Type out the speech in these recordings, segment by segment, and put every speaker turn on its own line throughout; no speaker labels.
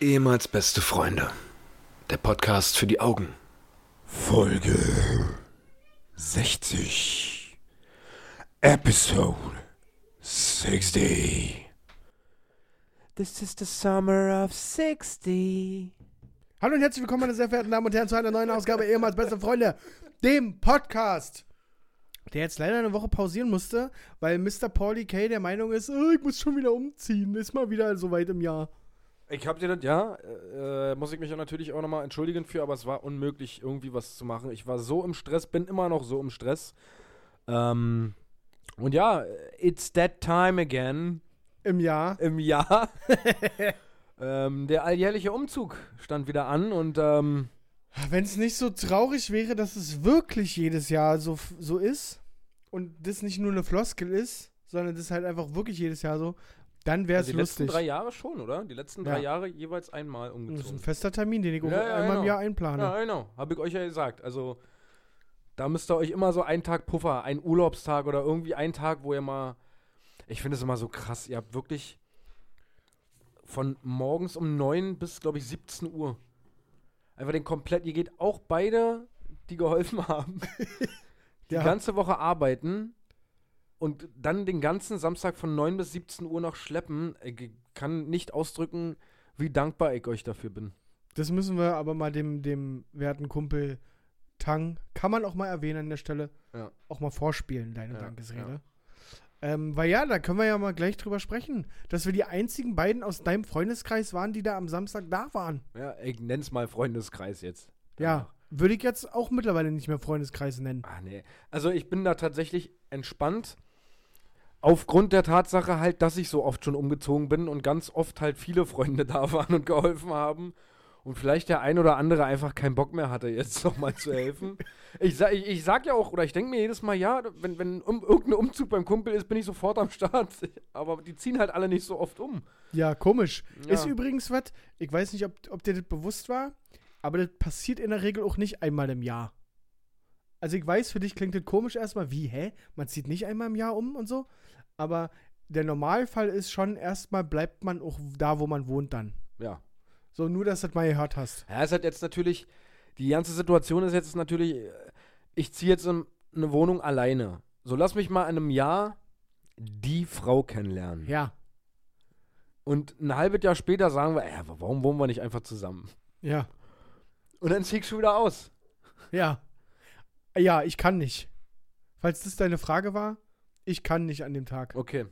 Ehemals beste Freunde. Der Podcast für die Augen.
Folge 60. Episode 60. This is the summer of 60.
Hallo und herzlich willkommen, meine sehr verehrten Damen und Herren, zu einer neuen Ausgabe ehemals beste Freunde, dem Podcast, der jetzt leider eine Woche pausieren musste, weil Mr. Pauli K. der Meinung ist, "Oh, ich muss schon wieder umziehen, ist mal wieder so weit im Jahr.
Ich hab dir das, ja, äh, äh, muss ich mich ja natürlich auch nochmal entschuldigen für, aber es war unmöglich, irgendwie was zu machen. Ich war so im Stress, bin immer noch so im Stress. Ähm, und ja, it's that time again
Im Jahr.
im Jahr. ähm, der alljährliche Umzug stand wieder an und ähm,
Wenn es nicht so traurig wäre, dass es wirklich jedes Jahr so, f- so ist und das nicht nur eine Floskel ist, sondern das halt einfach wirklich jedes Jahr so, dann wäre es
also die letzten
lustig.
drei Jahre schon, oder? Die letzten drei
Ja.
Jahre jeweils einmal
das ist ein
umgezogen.
fester Termin, den ich
Ja,
auch
ja,
einmal
genau.
im Jahr einplane.
Ja, genau. Habe ich euch ja gesagt. Also, da müsst ihr euch immer so einen Tag Puffer, einen Urlaubstag oder irgendwie einen Tag, wo ihr mal. Ich finde es immer so krass. Ihr habt wirklich von morgens um 9 bis, glaube ich, 17 Uhr. Einfach den komplett. Ihr geht auch beide, die geholfen haben, die
Ja.
ganze Woche arbeiten und dann den ganzen Samstag von 9 bis 17 Uhr noch schleppen. Ich kann nicht ausdrücken, wie dankbar ich euch dafür bin.
Das müssen wir aber mal dem, dem werten Kumpel Tang, kann man auch mal erwähnen an der Stelle,
Ja.
auch mal vorspielen, deine
Ja,
Dankesrede. Ähm, weil ja, da können wir ja mal gleich drüber sprechen, dass wir die einzigen beiden aus deinem Freundeskreis waren, die da am Samstag da waren.
Ja, ich nenn's mal Freundeskreis jetzt.
Ja, würde ich jetzt auch mittlerweile nicht mehr Freundeskreis nennen.
Ah, nee. Also ich bin da tatsächlich entspannt. Aufgrund der Tatsache halt, dass ich so oft schon umgezogen bin und ganz oft halt viele Freunde da waren und geholfen haben. Und vielleicht der ein oder andere einfach keinen Bock mehr hatte, jetzt nochmal zu helfen. Ich, sa ich, ich sag ja auch, oder ich denke mir jedes Mal, ja, wenn, wenn um, irgendein Umzug beim Kumpel ist, bin ich sofort am Start. Aber die ziehen halt alle nicht so oft um.
Ja, komisch.
Ja.
Ist übrigens was, ich weiß nicht, ob, ob dir das bewusst war, aber das passiert in der Regel auch nicht einmal im Jahr. Also ich weiß, für dich klingt das komisch erstmal, wie, hä? Man zieht nicht einmal im Jahr um und so. Aber der Normalfall ist schon, erstmal bleibt man auch da, wo man wohnt dann.
Ja.
So, nur, dass du das mal gehört hast.
Ja, es hat jetzt natürlich, die ganze Situation ist jetzt natürlich, äh, ich ziehe jetzt in eine Wohnung alleine. So, lass mich mal in einem Jahr die Frau kennenlernen.
Ja,
Und ein halbes Jahr später sagen wir, äh, warum wohnen wir nicht einfach zusammen?
ja,
Und dann zieh ich schon wieder aus.
ja. Ja, ich kann nicht. Falls das deine Frage war, ich kann nicht an dem Tag.
Okay.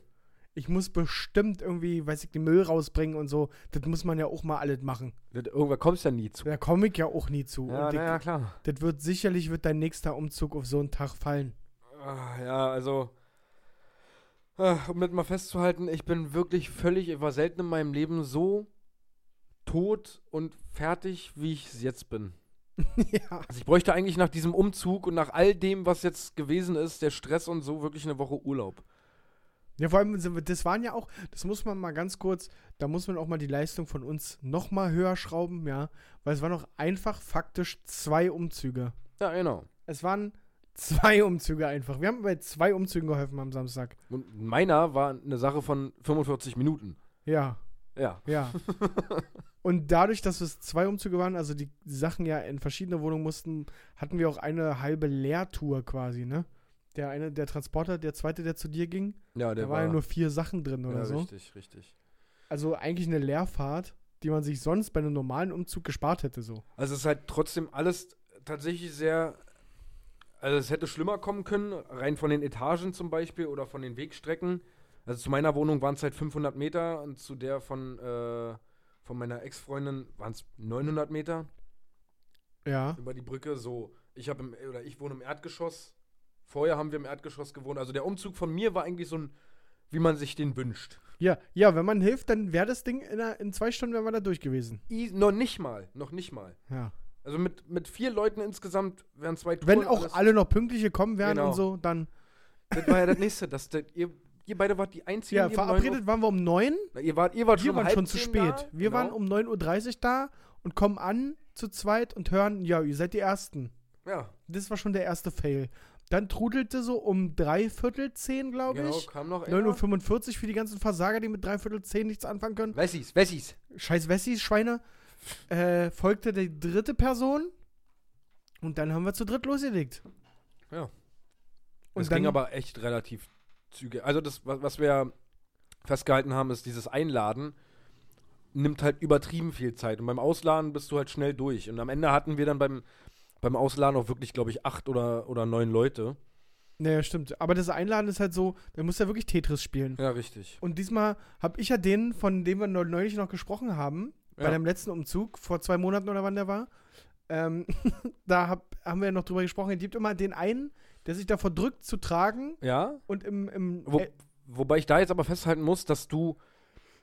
Ich muss bestimmt irgendwie, weiß ich, den Müll rausbringen und so. Das muss man ja auch mal alles machen.
Das- Irgendwann kommst du ja nie zu.
Da komme ich ja auch nie zu.
Ja,
und ich,
na ja, klar.
Das wird sicherlich wird dein nächster Umzug auf so einen Tag fallen.
Ah, Ja, also, ah, um das mal festzuhalten, ich bin wirklich völlig, ich war selten in meinem Leben so tot und fertig, wie ich es jetzt bin.
ja.
Also ich bräuchte eigentlich nach diesem Umzug und nach all dem, was jetzt gewesen ist, der Stress und so, wirklich eine Woche Urlaub.
Ja, vor allem, sind wir- das waren ja auch, das muss man mal ganz kurz, da muss man auch mal die Leistung von uns nochmal höher schrauben, ja. Weil es waren noch einfach faktisch zwei Umzüge.
Ja, genau.
Es waren zwei Umzüge einfach. Wir haben bei zwei Umzügen geholfen am Samstag.
Und meiner war eine Sache von 45 Minuten.
Ja,
Ja.
ja. Und dadurch, dass es zwei Umzüge waren, also die Sachen ja in verschiedene Wohnungen mussten, hatten wir auch eine halbe Leertour quasi, ne? Der eine, der Transporter, der zweite, der zu dir ging,
Ja,
Da waren ja nur vier Sachen drin oder
ja,
so.
Richtig, richtig.
Also eigentlich eine Leerfahrt, die man sich sonst bei einem normalen Umzug gespart hätte, so.
Also es ist halt trotzdem alles tatsächlich sehr. Also es hätte schlimmer kommen können, rein von den Etagen zum Beispiel oder von den Wegstrecken. Also zu meiner Wohnung waren es halt 500 Meter und zu der von, äh, von meiner Ex-Freundin waren es 900 Meter.
Ja.
über die Brücke so. Ich habe oder ich wohne im Erdgeschoss. Vorher haben wir im Erdgeschoss gewohnt. Also der Umzug von mir war eigentlich so ein, wie man sich den wünscht.
Ja, ja, wenn man hilft, dann wäre das Ding in, einer- in zwei Stunden wären wir da durch gewesen.
I, noch nicht mal, noch nicht mal.
Ja.
Also mit, mit vier Leuten insgesamt wären zwei
Wenn
Touren,
auch
alles-
alle noch pünktlich gekommen wären
Genau.
und so, dann.
Das war ja das nächste, dass der, ihr, ihr beide wart die einzigen.
Ja,
die um neun
verabredet waren wir um neun.
Uhr, na, ihr wart, ihr wart
Wir
schon um
waren
halb
schon zu
zehn
spät.
Da,
Wir
genau.
waren um 9.30 Uhr da und kommen an zu zweit und hören, ja, ihr seid die Ersten.
Ja, genau,
Das war schon der erste Fail. dann trudelte so um drei Viertel zehn, glaube
genau,
ich.
kam noch.
9.45 Uhr für die ganzen Versager, die mit dreiviertel zehn nichts anfangen können.
Wessis, Wessis.
scheiß Wessis, Schweine, äh, folgte die dritte Person und dann haben wir zu dritt losgelegt.
Ja.
Und
es
dann,
ging aber echt relativ zügig. Also das, was, was wir festgehalten haben, ist dieses Einladen nimmt halt übertrieben viel Zeit. Und beim Ausladen bist du halt schnell durch. Und am Ende hatten wir dann beim, beim Ausladen auch wirklich, glaube ich, acht oder, oder neun Leute.
Naja, stimmt. Aber das Einladen ist halt so, dann muss ja wirklich Tetris spielen.
Ja, richtig.
Und diesmal habe ich ja den, von dem wir neu- neulich noch gesprochen haben, bei
Ja.
dem letzten Umzug, vor zwei Monaten oder wann der war, ähm, da hab, haben wir noch drüber gesprochen. Es gibt immer den einen, der sich davor drückt zu tragen
Ja,
und im. im
Wo,
äh,
wobei ich da jetzt aber festhalten muss, dass du,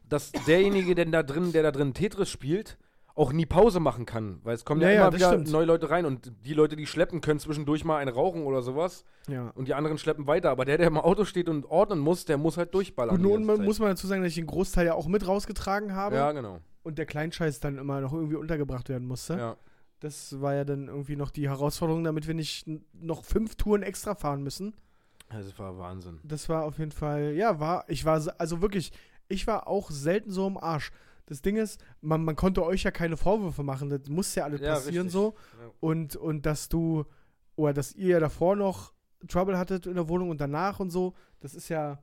dass derjenige, denn da drin, der da drin Tetris spielt, auch nie Pause machen kann, weil es kommen ja,
Ja, ja,
immer
das
wieder
stimmt.
neue Leute rein und die Leute, die schleppen, können zwischendurch mal einen rauchen oder sowas
ja.
und die anderen schleppen weiter. Aber der, der im Auto steht und ordnen muss, der muss halt durchballern.
Gut,
die
nun
ganze Zeit.
muss man dazu sagen, dass ich den Großteil ja auch mit rausgetragen habe
ja, genau.
und der Kleinscheiß dann immer noch irgendwie untergebracht werden musste.
Ja.
Das war ja dann irgendwie noch die Herausforderung, damit wir nicht n- noch fünf Touren extra fahren müssen.
Das war Wahnsinn.
Das war auf jeden Fall, ja, war, ich war, se- also wirklich, ich war auch selten so im Arsch. Das Ding ist, man, man konnte euch ja keine Vorwürfe machen, das muss ja alles
Ja,
passieren
richtig.
so.
Ja.
Und, und dass du, oder dass ihr ja davor noch Trouble hattet in der Wohnung und danach und so, das ist ja,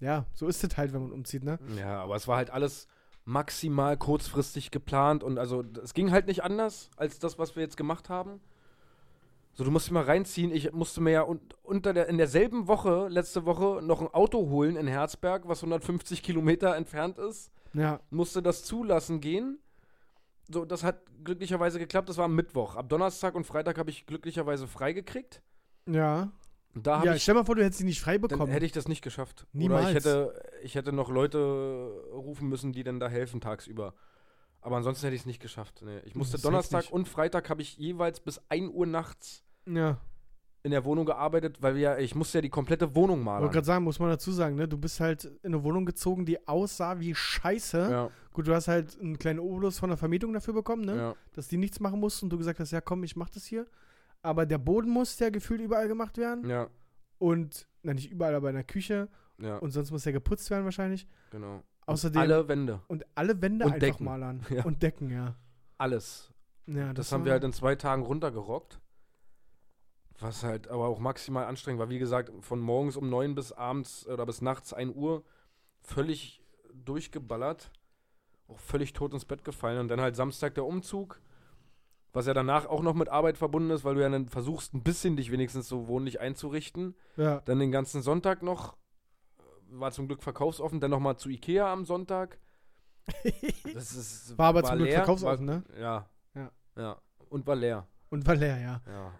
ja, so ist es halt, wenn man umzieht, ne?
Ja, aber es war halt alles maximal kurzfristig geplant und also d- es ging halt nicht anders als das, was wir jetzt gemacht haben. So, du musst dich mal reinziehen. Ich musste mir ja un unter der, in derselben Woche, letzte Woche, noch ein Auto holen in Herzberg, was 150 Kilometer entfernt ist.
Ja,
Musste das zulassen gehen. So, das hat glücklicherweise geklappt. Das war am Mittwoch. Ab Donnerstag und Freitag habe ich glücklicherweise freigekriegt.
ja.
Und Da habe
Ja,
ich
stell mal vor, du hättest sie nicht frei
dann
bekommen.
hätte ich das nicht geschafft. Oder
Niemals.
ich hätte, ich hätte noch Leute rufen müssen, die dann da helfen tagsüber. Aber ansonsten hätte ich es nicht geschafft. Nee. Ich musste
Das hilft
Donnerstag
nicht.
und Freitag habe ich jeweils bis 1 Uhr nachts
ja,
in der Wohnung gearbeitet, weil wir ja, ich musste ja die komplette Wohnung malen.
wollte gerade sagen, muss man dazu sagen, ne? Du bist halt in eine Wohnung gezogen, die aussah wie Scheiße.
ja,
Gut, du hast halt einen kleinen Obolus von der Vermietung dafür bekommen, ne?
ja.
dass die nichts machen mussten und du gesagt hast, ja komm, ich mach das hier. Aber der Boden muss ja gefühlt überall gemacht werden.
Ja,
Und, na nicht überall, aber in der Küche.
ja,
Und sonst muss der geputzt werden wahrscheinlich.
genau.
Außerdem.
Alle Wände,
und alle Wände
Und
einfach
Decken.
malern.
Ja.
Und Decken, ja.
alles.
ja
Das, haben
war-
wir halt in zwei Tagen runtergerockt. Was halt aber auch maximal anstrengend war. Wie gesagt, von morgens um 9 bis abends oder bis nachts 1 Uhr völlig durchgeballert. Auch völlig tot ins Bett gefallen. Und dann halt Samstag der Umzug. Was ja danach auch noch mit Arbeit verbunden ist, weil du ja dann versuchst, ein bisschen dich wenigstens so wohnlich einzurichten.
Ja,
Dann den ganzen Sonntag noch. äh, War zum Glück verkaufsoffen. Dann nochmal zu Ikea am Sonntag. Das ist,
war aber zum Glück
leer,
verkaufsoffen, ne?
War, ja.
Ja.
Ja. Und war leer.
Und war leer, ja.
Ja.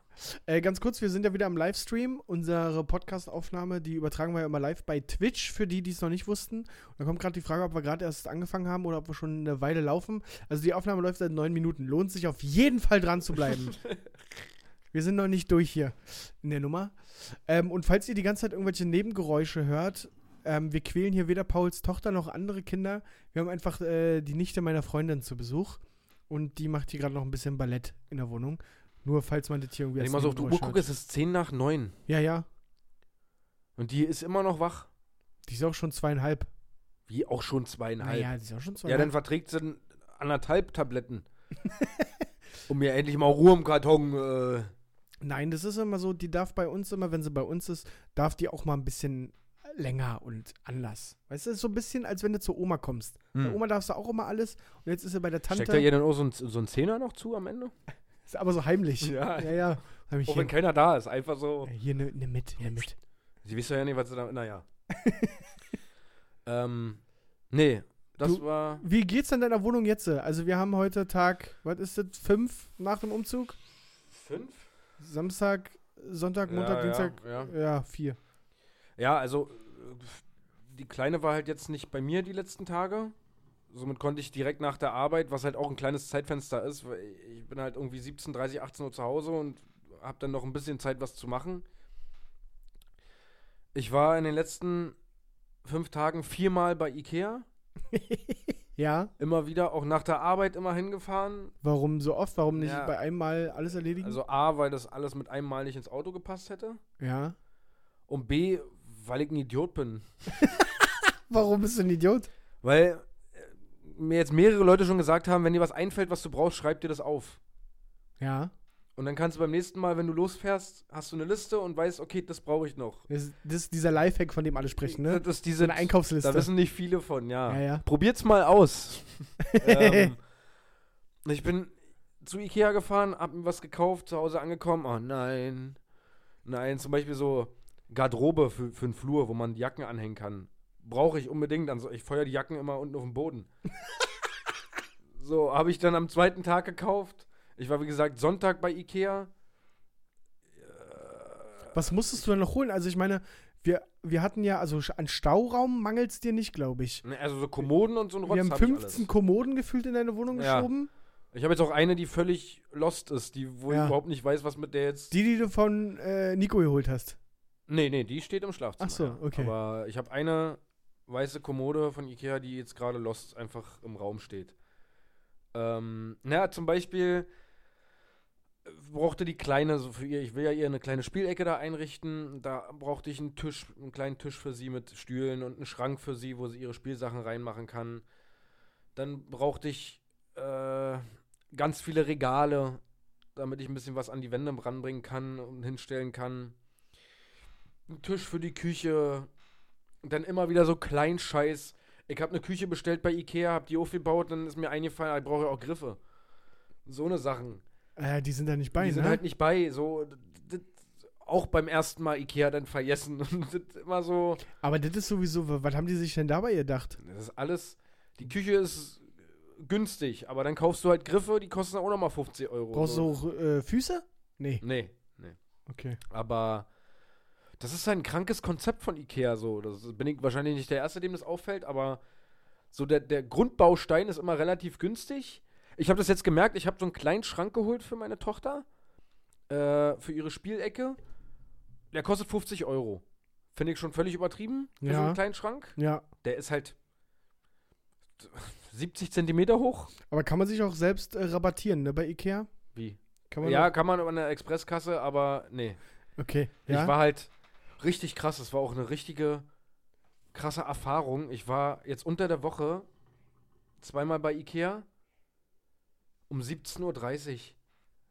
Äh, ganz kurz, wir sind ja wieder am Livestream. Unsere Podcast-Aufnahme, die übertragen wir ja immer live bei Twitch, für die, die es noch nicht wussten. Und da kommt gerade die Frage, ob wir gerade erst angefangen haben oder ob wir schon eine Weile laufen. Also die Aufnahme läuft seit neun Minuten. Lohnt sich auf jeden Fall dran zu bleiben. wir sind noch nicht durch hier in der Nummer. Ähm, und falls ihr die ganze Zeit irgendwelche Nebengeräusche hört, ähm, wir quälen hier weder Pauls Tochter noch andere Kinder. Wir haben einfach äh, die Nichte meiner Freundin zu Besuch. Und die macht hier gerade noch ein bisschen Ballett in der Wohnung. Nur falls man das hier irgendwie
Wenn ich mal
als
so auf die Uhr
Nebengeräusch
gucke, es ist 10 nach 9.
hört. Ja, ja.
Und die ist immer noch wach.
Die ist auch schon zweieinhalb.
Wie auch schon zweieinhalb.
Naja, die ist auch schon
ja, dann
zweieinhalb.
verträgt sie n- anderthalb Tabletten. um mir endlich mal Ruhe im Karton. Äh,
Nein, das ist immer so, die darf bei uns immer, wenn sie bei uns ist, darf die auch mal ein bisschen länger und anders. Weißt du, es ist so ein bisschen, als wenn du zur Oma kommst. Bei Oma darfst du auch immer alles und jetzt ist sie bei der
Hm. Steckt er ihr
Tante.
dann auch so ein, so ein Zehner noch zu am Ende?
Ist aber so heimlich.
Ja.
ja. ja. Hab ich
Auch wenn
hier
keiner da ist. Einfach so.
hier ne, ne mit, ne mit.
Sie wissen ja nicht, was sie da. Naja. ähm, nee, das
Du-
war.
Wie geht's denn deiner Wohnung jetzt? Also wir haben heute Tag, was ist das, fünf nach dem Umzug?
Fünf?
Samstag, Sonntag, Montag,
ja,
Dienstag?
Ja, ja.
ja vier.
Ja, also äh, f- die Kleine war halt jetzt nicht bei mir die letzten Tage. Somit konnte ich direkt nach der Arbeit, was halt auch ein kleines Zeitfenster ist, weil ich bin halt irgendwie 17, 30, 18 Uhr zu Hause und habe dann noch ein bisschen Zeit, was zu machen. Ich war in den letzten fünf Tagen viermal bei Ikea.
Ja,
Immer wieder, auch nach der Arbeit immer hingefahren.
warum so oft? Warum nicht
Ja.
bei einem Mal alles erledigen?
Also A, weil das alles mit einem Mal nicht ins Auto gepasst hätte.
ja.
Und B, weil ich ein Idiot bin.
Warum bist du ein Idiot?
Weil äh, mir jetzt mehrere Leute schon gesagt haben, wenn dir was einfällt, was du brauchst, schreib dir das auf.
Ja.
Und dann kannst du beim nächsten Mal, wenn du losfährst, hast du eine Liste und weißt, okay, das brauche ich noch.
Das ist, das ist dieser Lifehack, von dem alle sprechen, ne?
Das ist
So
diese
eine Einkaufsliste.
Da wissen nicht viele von,
ja, ja.
Probiert's mal aus. ähm, ich bin zu Ikea gefahren, hab mir was gekauft, zu Hause angekommen. Oh nein. Nein, zum Beispiel so Garderobe für, für den Flur, wo man die Jacken anhängen kann. Brauche ich unbedingt. Also ich feuer die Jacken immer unten auf dem Boden. so, habe ich dann am zweiten Tag gekauft. Ich war, wie gesagt, Sonntag bei Ikea.
Was musstest du denn noch holen? Also ich meine, wir, wir hatten ja, also an Stauraum mangelt es dir nicht, glaube ich.
Ne, Also so Kommoden und so ein Rotz
wir haben
hab ich
15
alles.
Kommoden gefühlt in deine Wohnung
Ja.
geschoben.
Ich habe jetzt auch eine, die völlig lost ist, die, wo
Ja.
ich überhaupt nicht weiß, was mit der jetzt
Die, die du von äh, Nico geholt hast.
Nee, nee, die steht im Schlafzimmer.
Ach so,
ja.
okay.
Aber ich habe eine weiße Kommode von Ikea, die jetzt gerade lost einfach im Raum steht. Ähm, na, zum Beispiel äh, brauchte die Kleine so für ihr, ich will ja ihr eine kleine Spielecke da einrichten, da brauchte ich einen Tisch, einen kleinen Tisch für sie mit Stühlen und einen Schrank für sie, wo sie ihre Spielsachen reinmachen kann. Dann brauchte ich äh, ganz viele Regale, damit ich ein bisschen was an die Wände ranbringen kann und hinstellen kann. Ein Tisch für die Küche. Und Dann immer wieder so Kleinscheiß. Ich habe eine Küche bestellt bei Ikea, habe die aufgebaut, dann ist mir eingefallen, ah, ich brauche ja auch Griffe. So eine Sachen.
Äh, die sind da nicht bei,
die sind
ne?
halt nicht bei. So, d- d- auch beim ersten Mal Ikea dann vergessen. Und das immer so.
Aber das ist sowieso, wa- was haben die sich denn dabei gedacht?
Das ist alles. Die Küche ist günstig, aber dann kaufst du halt Griffe, die kosten auch nochmal 50 Euro.
Brauchst du auch äh, Füße? Nee.
Nee, nee.
Okay.
Aber das ist ein krankes Konzept von Ikea so. Das bin ich wahrscheinlich nicht der Erste, dem das auffällt, aber so der, der Grundbaustein ist immer relativ günstig. Ich habe das jetzt gemerkt, ich habe so einen kleinen Schrank geholt für meine Tochter, äh, für ihre Spielecke. Der kostet 50 Euro. Finde ich schon völlig übertrieben für so
Ja.
einen kleinen Schrank.
Ja.
Der ist halt 70 Zentimeter hoch.
Aber kann man sich auch selbst äh, rabattieren, ne, bei Ikea?
Wie?
Kann man
Ja,
Auch?
kann man an der Expresskasse, aber nee.
Okay.
Ich
Ja?
war halt richtig krass. Es war auch eine richtige krasse Erfahrung. Ich war jetzt unter der Woche zweimal bei Ikea um 17.30 Uhr.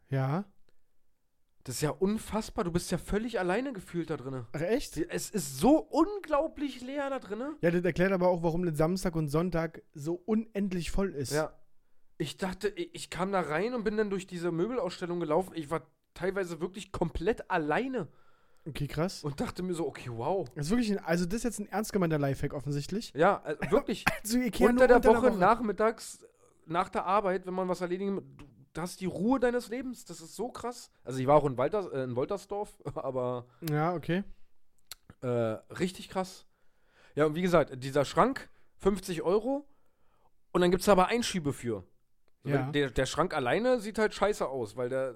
ja.
Das ist ja unfassbar. Du bist ja völlig alleine gefühlt da drinne.
Ach, echt?
Es ist so unglaublich leer da drinne.
Ja, das erklärt aber auch, warum das Samstag und Sonntag so unendlich voll ist.
Ja. Ich dachte, ich, ich kam da rein und bin dann durch diese Möbelausstellung gelaufen. Ich war teilweise wirklich komplett alleine
Okay, krass.
und dachte mir so, okay, wow.
Das ist wirklich ein, also das ist jetzt ein ernst gemeinter Lifehack offensichtlich.
Ja, also wirklich.
Also Ikea
unter der,
nur
Woche, nachmittags, nach der Arbeit, wenn man was erledigen mu- du, du hast die Ruhe deines Lebens. Das ist so krass. Also ich war auch in, Walters, äh, in Woltersdorf, aber
Ja, okay.
äh, richtig krass. Ja, und wie gesagt, dieser Schrank, 50 Euro. Und dann gibt es aber Einschiebe für. So,
Ja.
wenn- Der, der Schrank alleine sieht halt scheiße aus, weil der,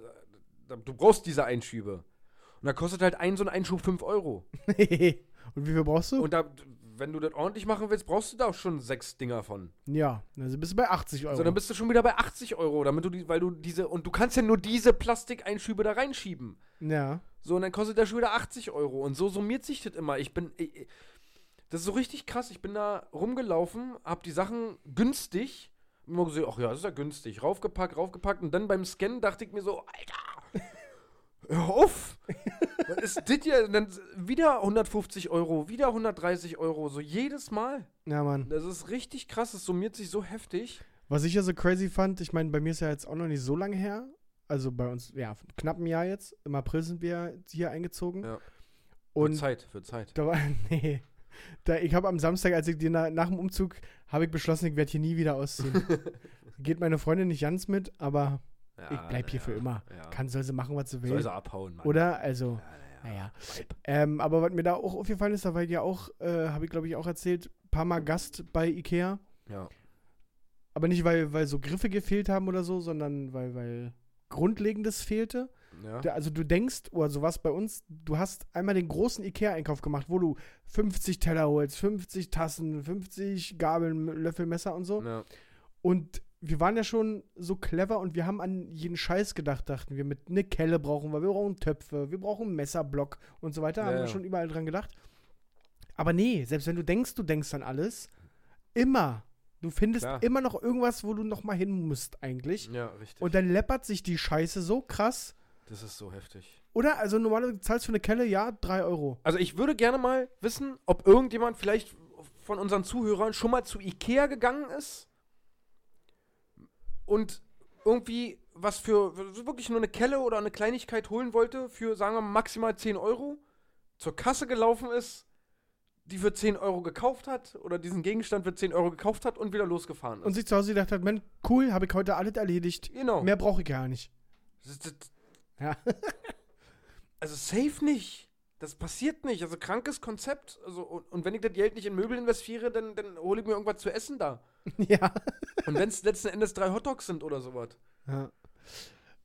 da- du brauchst diese Einschiebe. Und da kostet halt ein so ein Einschub 5 Euro.
und wie viel brauchst du?
Und da, wenn du das ordentlich machen willst, brauchst du da auch schon sechs Dinger von.
ja, also bist du bei 80 Euro.
So, dann bist du schon wieder bei 80 Euro, damit du die, weil du diese, und du kannst ja nur diese Plastikeinschübe da reinschieben.
ja.
So, und dann kostet der schon wieder 80 Euro. Und so summiert sich das immer. Ich bin, ich, ich- das ist so richtig krass. Ich bin da rumgelaufen, hab die Sachen günstig, immer gesehen, ach ja, das ist ja günstig. Raufgepackt, raufgepackt. Und dann beim Scannen dachte ich mir so, Alter, hör auf. Was ist das hier? Und dann wieder 150 Euro, wieder 130 Euro, so jedes Mal.
Ja, Mann.
Das ist richtig krass. Es summiert sich so heftig.
Was ich ja so crazy fand, ich meine, bei mir ist ja jetzt auch noch nicht so lange her. Also bei uns, ja, knapp ein Jahr jetzt. Im April sind wir hier eingezogen.
Ja. für
Und
Zeit, für Zeit.
da war, nee. Da, ich habe am Samstag, als ich die na, nach dem Umzug, habe ich beschlossen, ich werde hier nie wieder ausziehen. Geht meine Freundin nicht ganz mit, aber ich bleib hier für immer.
Ah, Ja.
kann, soll sie machen, was sie will.
Soll sie abhauen, Mann.
Oder? Also.
Ja, ja, ja.
Naja. Ähm, aber was mir da auch aufgefallen ist, da war ich ja auch, äh, habe ich glaube ich auch erzählt, paar Mal Gast bei Ikea.
Ja.
Aber nicht, weil, weil so Griffe gefehlt haben oder so, sondern weil, weil Grundlegendes fehlte.
Ja.
Da, also du denkst, oder sowas bei uns, du hast einmal den großen Ikea-Einkauf gemacht, wo du 50 Teller holst, 50 Tassen, 50 Gabeln, Löffel, Messer und so.
Ja.
Und wir waren ja schon so clever und wir haben an jeden Scheiß gedacht, dachten wir, mit eine Kelle brauchen wir, wir brauchen Töpfe, wir brauchen einen Messerblock und so weiter,
Ja,
haben
ja.
wir schon überall dran gedacht. Aber nee, selbst wenn du denkst, du denkst an alles, immer Du findest
Klar. Mhm.
immer noch irgendwas, wo du noch mal hin musst eigentlich.
Ja, richtig.
Und dann läppert sich die Scheiße so krass.
das ist so heftig.
Oder? Also normalerweise zahlst du für eine Kelle, ja, 3 Euro.
Also ich würde gerne mal wissen, ob irgendjemand vielleicht von unseren Zuhörern schon mal zu Ikea gegangen ist und irgendwie was für wirklich nur eine Kelle oder eine Kleinigkeit holen wollte für, sagen wir mal, maximal 10 Euro, zur Kasse gelaufen ist, die für 10 Euro gekauft hat oder diesen Gegenstand für 10 Euro gekauft hat und wieder losgefahren ist.
Und sich zu Hause gedacht hat, Mensch, cool, habe ich heute alles erledigt.
genau.
Mehr brauche ich gar nicht.
Das- das-
Ja.
Also safe nicht. Das passiert nicht. Also krankes Konzept. Also, und, und wenn ich das Geld nicht in Möbel investiere, dann, dann hole ich mir irgendwas zu essen da.
ja.
Und wenn es letzten Endes drei Hotdogs sind oder sowas.
ja.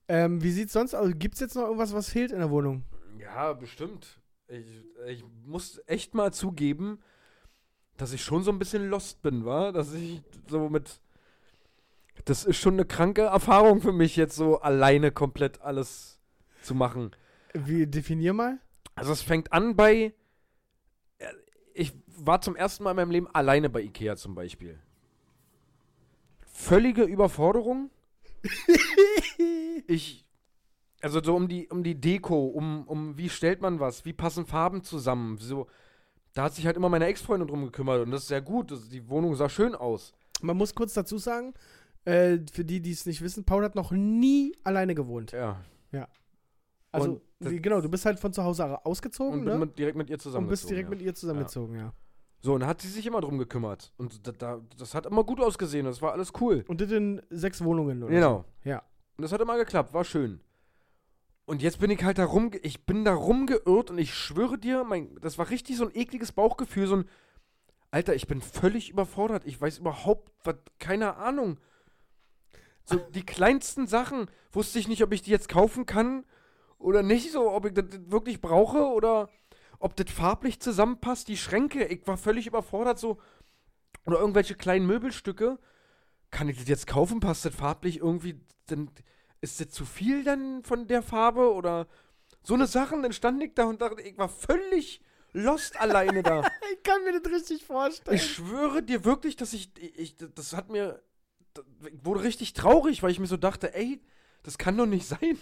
Ähm, wie sieht's sonst aus? Gibt's jetzt noch irgendwas, was fehlt in der Wohnung?
Ja, bestimmt. Ich, ich muss echt mal zugeben, dass ich schon so ein bisschen lost bin, war, dass ich so mit das ist schon eine kranke Erfahrung für mich jetzt so alleine komplett alles zu machen.
Wie, definier mal.
Also es fängt an bei. äh, Ich war zum ersten Mal in meinem Leben alleine bei Ikea zum Beispiel. Völlige Überforderung. ich. Also so um die, um die Deko, um, um wie stellt man was, wie passen Farben zusammen. So, da hat sich halt immer meine Ex-Freundin drum gekümmert und das ist sehr gut. Das, die Wohnung sah schön aus.
Man muss kurz dazu sagen, äh, für die, die es nicht wissen, Paul hat noch nie alleine gewohnt.
Ja.
Also,
Und
wie,
das-
genau, du bist halt von zu Hause
Und
ausgezogen,
bin
ne?
mit, direkt mit ihr
Und
zusammen.
bist direkt mit ihr zusammengezogen, ja.
So, und da hat sie sich immer drum gekümmert. Und da, da, das hat immer gut ausgesehen. Das war alles cool.
Und das in sechs Wohnungen, oder?
Genau.
Ja.
Und das hat immer geklappt, war schön. Und jetzt bin ich halt da rum, ich bin da rumgeirrt und ich schwöre dir, mein, das war richtig so ein ekliges Bauchgefühl, so ein, Alter, ich bin völlig überfordert, ich weiß überhaupt, was, keine Ahnung. So die kleinsten Sachen, wusste ich nicht, ob ich die jetzt kaufen kann oder nicht, so, ob ich das wirklich brauche oder ob das farblich zusammenpasst, die Schränke, ich war völlig überfordert, so, oder irgendwelche kleinen Möbelstücke. Kann ich das jetzt kaufen? Passt das farblich irgendwie? Dann ist das zu viel dann von der Farbe oder so eine Sachen? Dann stand ich da und dachte, ich war völlig lost alleine da.
Ich kann mir das richtig vorstellen.
Ich schwöre dir wirklich, dass ich, ich das hat mir, ich wurde richtig traurig, weil ich mir so dachte, ey, das kann doch nicht sein.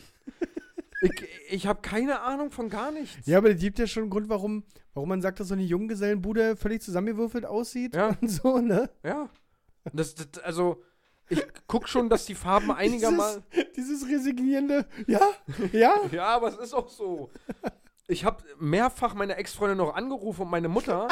ich ich habe keine Ahnung von gar nichts.
Ja, aber es gibt ja schon einen Grund, warum, warum man sagt, dass so eine Junggesellenbude völlig zusammengewürfelt aussieht
Ja.
und so, ne?
ja. Und Das, das, also, ich guck schon, dass die Farben einigermaßen.
Dieses resignierende, ja, ja.
Ja, aber es ist auch so. Ich habe mehrfach meine Ex-Freundin noch angerufen und meine Mutter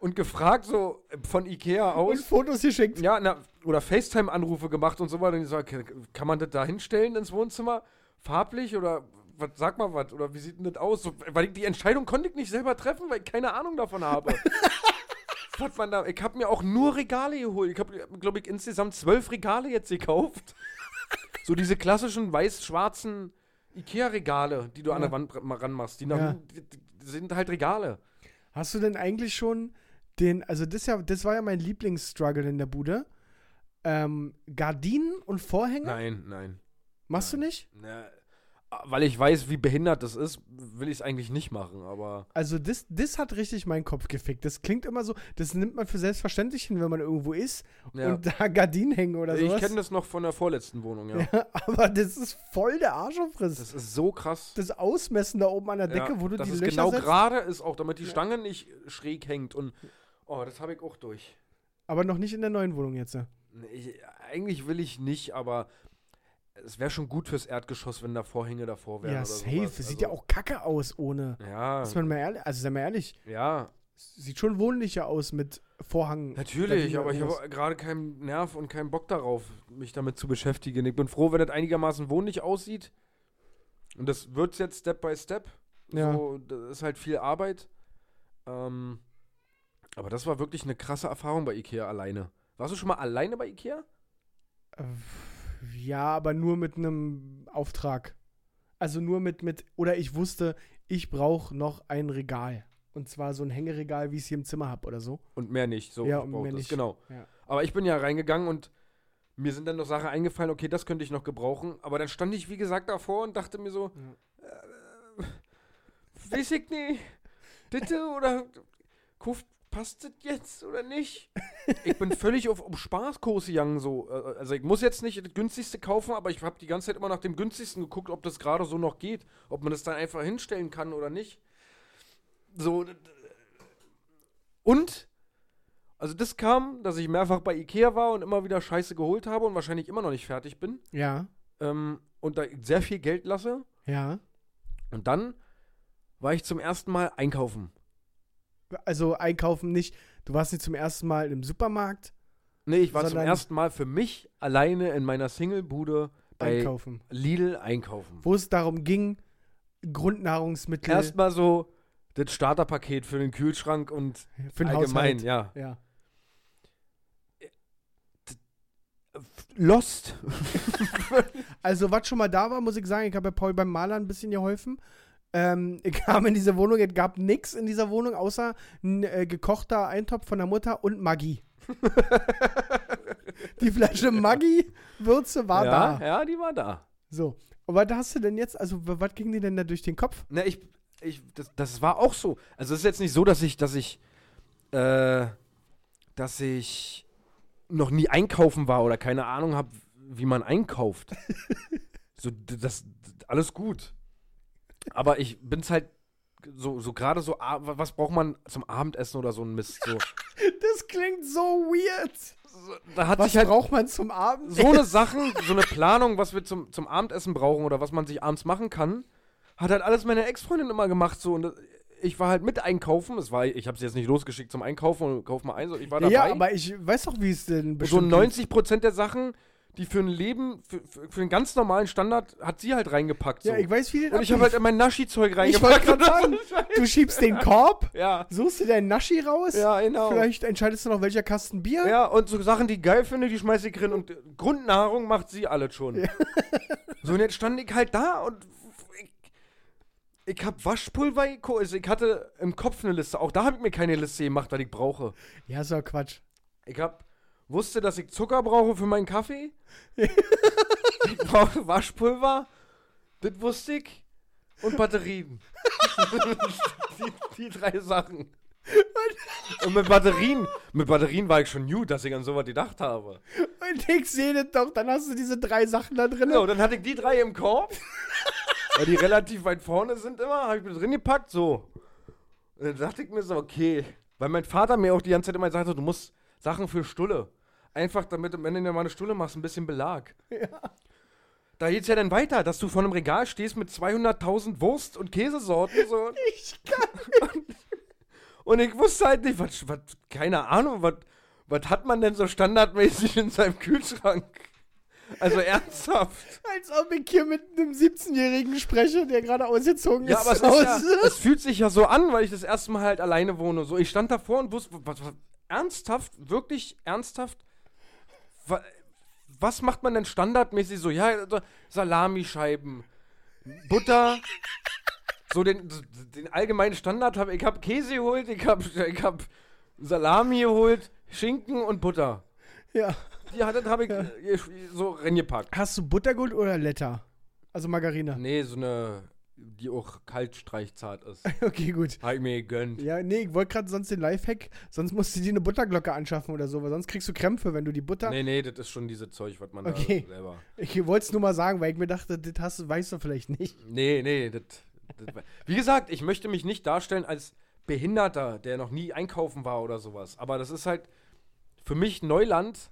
und gefragt, so äh, von Ikea
Und
aus.
Fotos geschickt.
Ja, na, oder FaceTime-Anrufe gemacht und so weiter. Und ich sage, okay, kann man das da hinstellen ins Wohnzimmer? Farblich oder was, sag mal was? Oder wie sieht denn das aus? So, weil ich, die Entscheidung konnte ich nicht selber treffen, weil ich keine Ahnung davon habe. was man da, ich habe mir auch nur Regale geholt. Ich habe, glaube ich, insgesamt zwölf Regale jetzt gekauft. so diese klassischen weiß-schwarzen Ikea-Regale, die du an
Ja.
der Wand ra- ranmachst. Die, nach-
Ja.
die, die sind halt Regale.
Hast du denn eigentlich schon den, also das, ja, das war ja mein Lieblingsstruggle in der Bude. Ähm, Gardinen und Vorhänge?
Nein, nein.
Machst du nicht?
Na, Ne, weil ich weiß, wie behindert das ist, will ich es eigentlich nicht machen, aber.
Also das, das hat richtig meinen Kopf gefickt. Das klingt immer so, das nimmt man für selbstverständlich hin, wenn man irgendwo ist
Ja.
und da Gardinen hängen oder
ich
sowas.
kenne das noch von der vorletzten Wohnung, ja.
Ja, aber das ist voll der Arschofriss. Das,
Das ist so krass.
Ausmessen da oben an der Decke,
ja,
wo du
dass
die
es
Löcher
genau
setzt.
gerade ist auch, damit die Stange nicht schräg hängt und. Oh, das habe ich auch durch.
Aber noch nicht in der neuen Wohnung jetzt. ne?
Nee, Ich, eigentlich will ich nicht, aber es wäre schon gut fürs Erdgeschoss, wenn da Vorhänge davor wären.
Ja,
oder
safe.
Sowas.
Sieht
Also,
ja auch kacke aus ohne.
Ja,
Ist man mal ehrlich, also sei mal ehrlich,
ja,
sieht schon wohnlicher aus mit Vorhang.
natürlich,
Gardinen
aber ich
oder
habe gerade keinen Nerv und keinen Bock darauf, mich damit zu beschäftigen. Ich bin froh, wenn das einigermaßen wohnlich aussieht. Und das wird jetzt Step by Step.
Ja.
So, das ist halt viel Arbeit. Ähm, aber das war wirklich eine krasse Erfahrung bei Ikea alleine. Warst du schon mal alleine bei Ikea?
Äh, Ja, aber nur mit einem Auftrag. Also nur mit, mit oder ich wusste, ich brauche noch ein Regal. Und zwar so ein Hängeregal, wie ich es hier im Zimmer habe oder so.
Und mehr nicht. So,
Ja,
ich
und
brauch
mehr
das.
nicht.
Genau.
Ja.
Aber ich bin ja reingegangen und mir sind dann noch Sachen eingefallen, okay, das könnte ich noch gebrauchen. Aber dann stand ich, wie gesagt, davor und dachte mir so, äh, weiß ich nicht, bitte oder kauft, passt das jetzt oder nicht? ich bin völlig auf um Spaßkurs gegangen so. Äh, Also ich muss jetzt nicht das günstigste kaufen, aber ich habe die ganze Zeit immer nach dem günstigsten geguckt, ob das gerade so noch geht, ob man das dann einfach hinstellen kann oder nicht. So d- d- und also das kam, dass ich mehrfach bei Ikea war und immer wieder Scheiße geholt habe und wahrscheinlich immer noch nicht fertig bin
Ja,
ähm, und da sehr viel Geld lasse.
ja.
Und dann war ich zum ersten Mal einkaufen.
Also einkaufen nicht. Du warst nicht zum ersten Mal im Supermarkt
Nee, ich war
Sondern-
zum ersten Mal für mich alleine in meiner Singlebude bei
einkaufen.
Lidl einkaufen.
Wo es darum ging, Grundnahrungsmittel
Erstmal so das Starterpaket für den Kühlschrank und
für den
allgemein,
Haushalt.
ja.
Ja.
Lost.
Also, was schon mal da war, muss ich sagen, ich habe ja Paul beim Maler ein bisschen geholfen. Ähm, ich kam in diese Wohnung, es gab nichts in dieser Wohnung, außer ein äh, gekochter Eintopf von der Mutter und Maggi. Die Flasche Maggi-Würze war
ja,
da.
ja, die war da.
So. Und was hast du denn jetzt, also, w- was ging dir denn da durch den Kopf?
Ne, ich, ich, das, das war auch so. Also es ist jetzt nicht so, dass ich, dass ich, äh, dass ich noch nie einkaufen war oder keine Ahnung habe, wie man einkauft. so, d- das, d- alles gut. Aber ich bin's halt so, so gerade so, a- wa- was braucht man zum Abendessen oder so ein Mist? So,
Das klingt so weird.
so, da hat
Was
sich halt
braucht man zum Abend?
so eine Sachen, so eine Planung, was wir zum, zum Abendessen brauchen oder was man sich abends machen kann, hat halt alles meine Ex-Freundin immer gemacht so und ich war halt mit einkaufen, es war, ich habe sie jetzt nicht losgeschickt zum Einkaufen und kauf mal ein, so, ich war dabei.
Ja, aber ich weiß doch, wie es denn
und so
bestimmt
90 Prozent der Sachen, die für ein Leben, für, für, für einen ganz normalen Standard, hat sie halt reingepackt.
geht.
So.
Ja, ich weiß, wie das
und ich habe halt in mein Naschi-Zeug
Ich wollte
reingepackt.
gerade sagen, du schiebst den Korb,
ja,
suchst dir deinen Naschi raus.
ja, genau.
Vielleicht entscheidest du noch, welcher Kasten Bier.
Ja, und so Sachen, die ich geil finde, die schmeiße ich drin. Und äh, Grundnahrung macht sie alles schon. So, und jetzt stand ich halt da und ich, ich hab Waschpulver geko- also Ich hatte im Kopf eine Liste. Auch da hab ich mir keine Liste gemacht, weil ich brauche.
Ja, ist doch Quatsch.
Ich hab, wusste, dass ich Zucker brauche für meinen Kaffee. ich brauche Waschpulver. Das wusste ich. Und Batterien. die, die drei Sachen. Und mit Batterien, mit Batterien war ich schon gut, dass ich an sowas gedacht habe.
Und ich sehe das doch, dann hast du diese drei Sachen da drin.
So, Genau, dann hatte ich die drei im Korb, weil die relativ weit vorne sind immer, habe ich mit drin gepackt, so. Und dann dachte ich mir so, okay, weil mein Vater mir auch die ganze Zeit immer gesagt hat, du musst Sachen für Stulle. Einfach damit, wenn du dir mal eine Stulle machst, ein bisschen Belag. Da geht's ja dann weiter, dass du vor einem Regal stehst mit 200.000 Wurst- und Käsesorten. So.
Ich kann.
Und ich wusste halt nicht, was, was keine Ahnung, was, was hat man denn so standardmäßig in seinem Kühlschrank? Also ernsthaft.
Als ob ich hier mit einem 17-Jährigen spreche, der gerade ausgezogen
Ja,
ist.
aber es, ist ja,
aus-
es fühlt sich ja so an, weil ich das erste Mal halt alleine wohne. So, ich stand davor und wusste, was, was, ernsthaft, wirklich ernsthaft, wa, was macht man denn standardmäßig so? Ja, also Salamischeiben, Butter, so den, den allgemeinen Standard. Hab, ich habe Käse geholt, ich habe ich hab Salami geholt, Schinken und Butter.
ja.
Die hatte habe ich äh, so reingepackt.
Hast du Buttergold oder Letter? Also Margarine.
Nee, so eine, die auch kaltstreichzart ist.
Okay, gut.
Hab ich mir gegönnt.
Ja, nee, ich wollte gerade sonst den Lifehack, sonst musst du dir eine Butterglocke anschaffen oder so, weil sonst kriegst du Krämpfe, wenn du die Butter.
Nee, nee, das ist schon diese Zeug, was man
Okay.
da selber.
Ich wollte es nur mal sagen, weil ich mir dachte, das hast, du- weißt du vielleicht nicht.
Nee, nee, das. das- Wie gesagt, ich möchte mich nicht darstellen als Behinderter, der noch nie einkaufen war oder sowas. Aber das ist halt für mich Neuland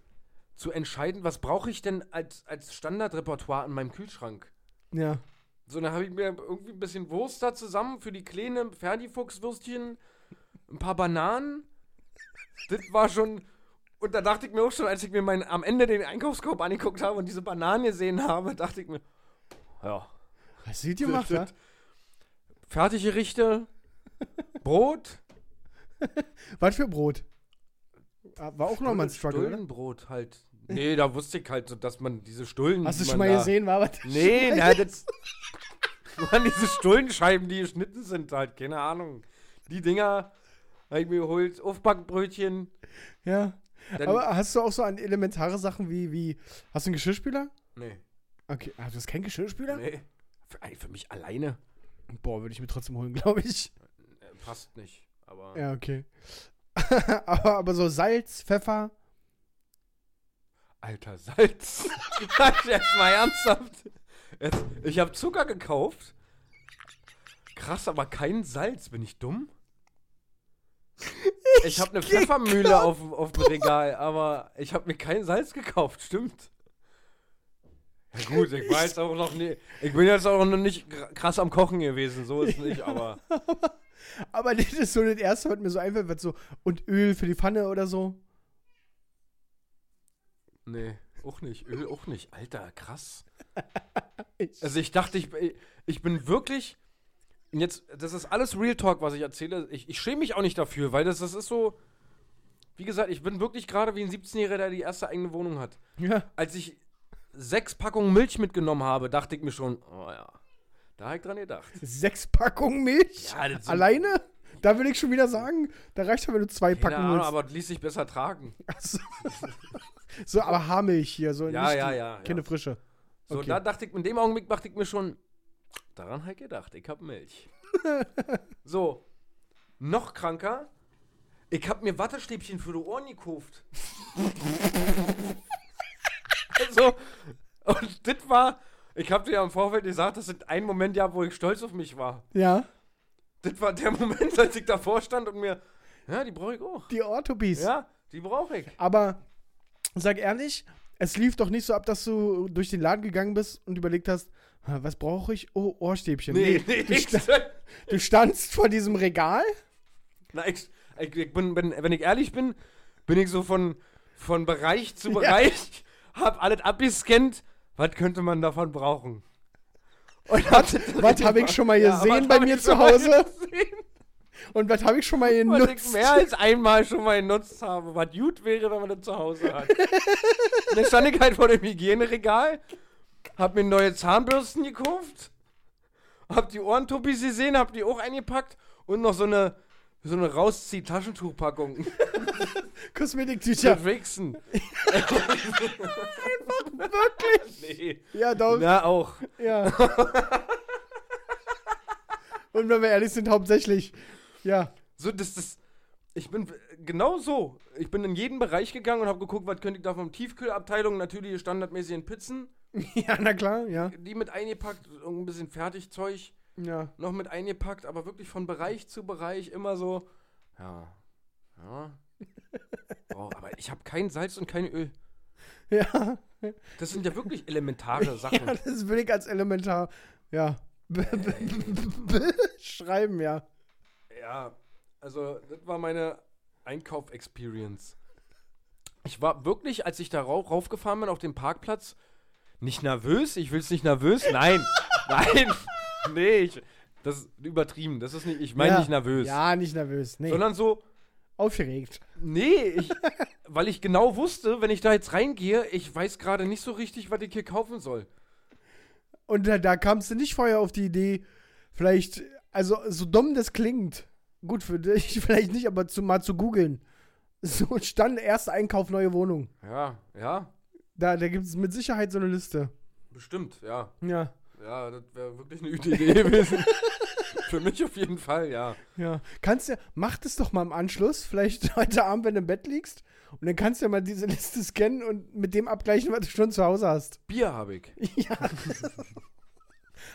zu entscheiden, was brauche ich denn als, als Standardrepertoire in meinem Kühlschrank.
Ja.
So, dann habe ich mir irgendwie ein bisschen Wurst da zusammen für die kleinen Ferdifuchswürstchen, ein paar Bananen. Das war schon. Und da dachte ich mir auch schon, als ich mir meinen, am Ende den Einkaufskorb angeguckt habe und diese Bananen gesehen habe, dachte ich mir, ja.
Hast du das gemacht, ja?
Fertiggerichte, Brot,
Was für Brot? Ah, War auch nochmal ein Struggle, oder?
Stullenbrot halt. Nee, da wusste ich halt, so, dass man diese Stullen.
Hast du
die
schon
man
mal
da-
gesehen, war was?
Nee, na, das waren diese Stullenscheiben, die geschnitten sind halt, keine Ahnung. Die Dinger habe ich mir geholt, Aufbackbrötchen.
Ja.
Dann,
Aber hast du auch so an elementare Sachen wie, wie hast du einen Geschirrspüler?
nee,
Okay, ah, du hast keinen Geschirrspüler?
nee. Für, ey, für mich alleine
Boah, würde ich mir trotzdem holen, glaube ich.
äh, passt nicht. Aber
Ja, okay. aber, aber so Salz, Pfeffer.
Alter Salz. Sag ich jetzt mal ernsthaft. Jetzt, ich habe Zucker gekauft. Krass, aber kein Salz. Bin ich dumm? Ich habe eine Pfeffermühle auf, auf dem Regal, aber ich habe mir kein Salz gekauft. Stimmt. Ja gut, ich war jetzt auch noch nie, ich bin jetzt auch noch nicht kr- krass am Kochen gewesen, so ist nicht, aber
Aber das ist so das Erste, was mir so einfällt, was so. Und Öl für die Pfanne oder so.
nee, auch nicht, Öl auch nicht. Alter, krass.
Ich-
Also ich dachte, ich, ich bin wirklich. und Jetzt, das ist alles Real Talk, was ich erzähle. Ich, ich schäme mich auch nicht dafür, weil das, das ist so. Wie gesagt, ich bin wirklich gerade wie ein 17-Jähriger, der die erste eigene Wohnung hat.
Ja.
Als ich sechs Packungen Milch mitgenommen habe, dachte ich mir schon, oh ja, da habe ich dran gedacht.
Sechs Packungen Milch?
Ja, das sind-
Alleine? Da will ich schon wieder sagen, da reicht schon, wenn du zwei
Keine
Packungen
Ahnung,
holst.
aber das ließ sich besser tragen.
Achso. so, aber Haarmilch hier, so
Ja,
nicht
ja,
die-
ja, ja.
Keine frische.
So,
Okay.
da dachte ich, in dem Augenblick dachte ich mir schon, daran halt gedacht, ich hab Milch. so, noch kranker, ich hab mir Wattestäbchen für die Ohren gekauft. also, und das war, ich hab dir ja im Vorfeld gesagt, das sind ein Moment ja, wo ich stolz auf mich war.
Ja,
Das war der Moment, als ich davor stand und mir, ja, die brauche ich auch.
die Orthobies.
Ja, die brauche ich.
Aber sag ehrlich, es lief doch nicht so ab, dass du durch den Laden gegangen bist und überlegt hast, "Hm, was brauche ich? Oh, Ohrstäbchen. du,
ich,
sta du standst vor diesem Regal?
Na, ich, ich, ich bin, bin, wenn ich ehrlich bin, bin ich so von, von Bereich zu Bereich, hab alles abgescannt, was könnte man davon brauchen? Und hab das-
Was habe ich schon mal
Ja,
gesehen
was
bei
hab
mir
ich
zu
schon mal
Hause?
gesehen,
Und was habe ich schon mal
Was
genutzt?
ich mehr als einmal schon mal genutzt habe, was gut wäre, wenn man das zu Hause hat. Und Dann stand ich halt vor dem Hygieneregal, hab mir neue Zahnbürsten gekauft, hab die Ohrentuppis gesehen, hab die auch eingepackt und noch so eine, so eine Rauszieh-Taschentuchpackung.
Kosmetiktücher.
Mit Wichsen.
Wirklich?
Nee.
Ja, doch.
Na, auch.
Ja. und wenn wir ehrlich sind, hauptsächlich. Ja.
So, das, das, ich bin genau so. Ich bin in jeden Bereich gegangen und habe geguckt, was könnte ich da vom Tiefkühlabteilung, natürlich die standardmäßigen Pizzen,
Ja, na klar, ja.
die mit eingepackt, ein bisschen Fertigzeug
Ja.
noch mit eingepackt, aber wirklich von Bereich zu Bereich immer so. Ja. Ja. Oh, aber ich habe kein Salz und kein Öl.
Ja.
Das sind ja wirklich elementare Sachen.
Ja, das will ich als elementar, ja, be- be- be- beschreiben, ja.
Ja, also das war meine Einkauf-Experience. Ich war wirklich, als ich da rau- raufgefahren bin auf dem Parkplatz, nicht nervös. Ich will es nicht nervös. Nein, nein, nee, ich, das ist übertrieben. Das ist nicht, ich meine
ja.
nicht nervös.
Ja, nicht nervös, nee.
Sondern so,
Aufgeregt.
nee, ich, weil ich genau wusste, wenn ich da jetzt reingehe, ich weiß gerade nicht so richtig, was ich hier kaufen soll.
Und da, da kamst du nicht vorher auf die Idee, vielleicht, also so dumm das klingt, gut für dich vielleicht nicht, aber zu, mal zu googeln. So stand erster Einkauf, neue Wohnung.
Ja, ja,
Da, da gibt es mit Sicherheit so eine Liste.
bestimmt, ja.
Ja,
Ja, das wäre wirklich eine gute Idee gewesen. Für mich auf jeden Fall, ja.
ja. Kannst ja, mach das doch mal im Anschluss, vielleicht heute Abend, wenn du im Bett liegst. Und dann kannst du ja mal diese Liste scannen und mit dem abgleichen, was du schon zu Hause hast.
Bier habe ich.
Ja.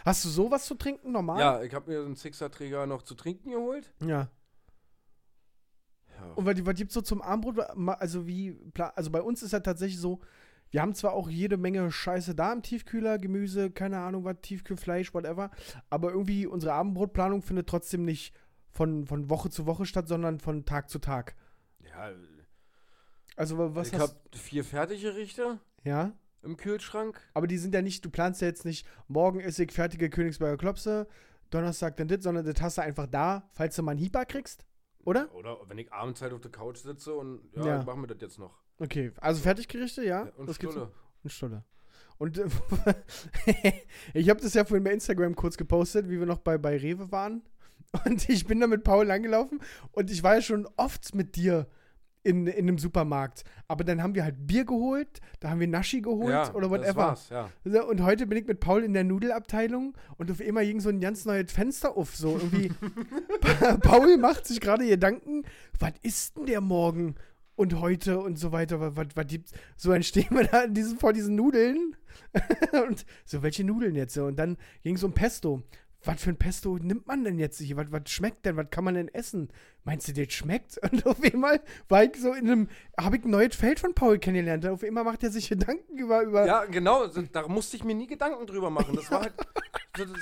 Hast du sowas zu trinken normal?
Ja, ich habe mir so einen Sixer-Träger noch zu trinken geholt.
Ja.
Ja.
Und was, was gibt's so zum Armbrot? Ma- Also wie, pla- also bei uns ist ja tatsächlich so, wir haben zwar auch jede Menge Scheiße da im Tiefkühler, Gemüse, keine Ahnung was, Tiefkühlfleisch, whatever, aber irgendwie unsere Abendbrotplanung findet trotzdem nicht von, von Woche zu Woche statt, sondern von Tag zu Tag. Also wa- was
ich
hast
habe vier fertige Richter
Ja?
im Kühlschrank.
Aber die sind ja nicht, du planst ja jetzt nicht, morgen esse ich fertige Königsberger Klopse, Donnerstag dann das, sondern das hast du einfach da, falls du mal einen Hieber kriegst, oder?
Oder wenn ich abends halt auf der Couch sitze und ja,
Ja.
ich mach mir das jetzt noch.
Okay, also Fertiggerichte, ja?
und
Das gibt's
Stulle.
Und Stulle. Und äh, ich habe das ja vorhin bei Instagram kurz gepostet, wie wir noch bei, bei Rewe waren. Und ich bin da mit Paul langgelaufen und ich war ja schon oft mit dir in, in einem Supermarkt. Aber dann haben wir halt Bier geholt, da haben wir Naschi geholt
Das
oder whatever.
war's, ja.
So, Und heute bin ich mit Paul in der Nudelabteilung und auf einmal ging so ein ganz neues Fenster auf. So irgendwie. Pa- Paul macht sich gerade Gedanken, was ist denn der morgen und heute und so weiter? Was, was, was gibt's? So dann stehen wir da in diesen, vor diesen Nudeln. und so, welche Nudeln jetzt? So, Und dann ging es um Pesto. Was für ein Pesto nimmt man denn jetzt hier? Was, was schmeckt denn? Was kann man denn essen? Meinst du, das schmeckt? Und auf einmal war ich so in einem, habe ich ein neues Feld von Paul kennengelernt. Auf einmal macht er sich Gedanken über, über
Ja, genau, so- da musste ich mir nie Gedanken drüber machen. Das war halt.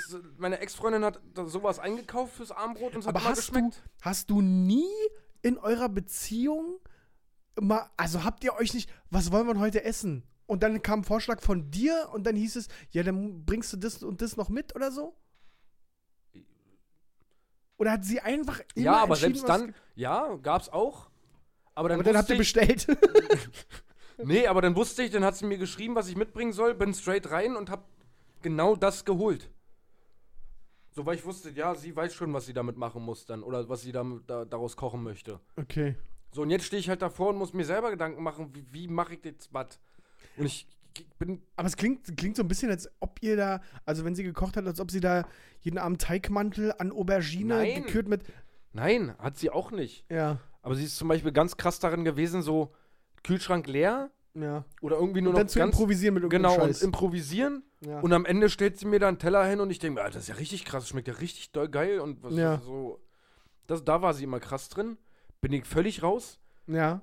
so, Das, meine Ex-Freundin hat da sowas eingekauft fürs Armbrot und es hat
Aber
immer
hast du,
geschmeckt.
hast du nie in eurer Beziehung mal, also habt ihr euch nicht, was wollen wir denn heute essen? Und dann kam ein Vorschlag von dir und dann hieß es, ja, dann bringst du das und das noch mit oder so? Oder hat sie einfach immer
ja, aber
entschieden,
selbst
was
dann,
gibt-
ja, gab's auch. Aber dann,
Aber dann habt
wusste
ihr bestellt.
ich, nee, aber dann wusste ich, dann hat sie mir geschrieben, was ich mitbringen soll, bin straight rein und hab genau das geholt. So, weil ich wusste, ja, sie weiß schon, was sie damit machen muss dann oder was sie damit, da, daraus kochen möchte.
Okay.
So, und jetzt stehe ich halt davor und muss mir selber Gedanken machen, wie, wie mache ich das was? Und ich bin
Aber es klingt, klingt so ein bisschen, als ob ihr da, also wenn sie gekocht hat, als ob sie da jeden Abend Teigmantel an Aubergine
Nein.
gekürt mit.
Nein, hat sie auch nicht.
Ja,
Aber sie ist zum Beispiel ganz krass darin gewesen, so Kühlschrank leer
ja.
oder irgendwie nur
Und dann
noch
zu
ganz
improvisieren mit irgendeinem
genau und
Scheiß.
improvisieren.
ja.
Und am Ende stellt sie mir dann einen Teller hin und ich denke mir, Alter, das ist ja richtig krass, das schmeckt ja richtig doll geil und was
Ja.
so. Das, da war sie immer krass drin. Bin ich völlig raus.
ja,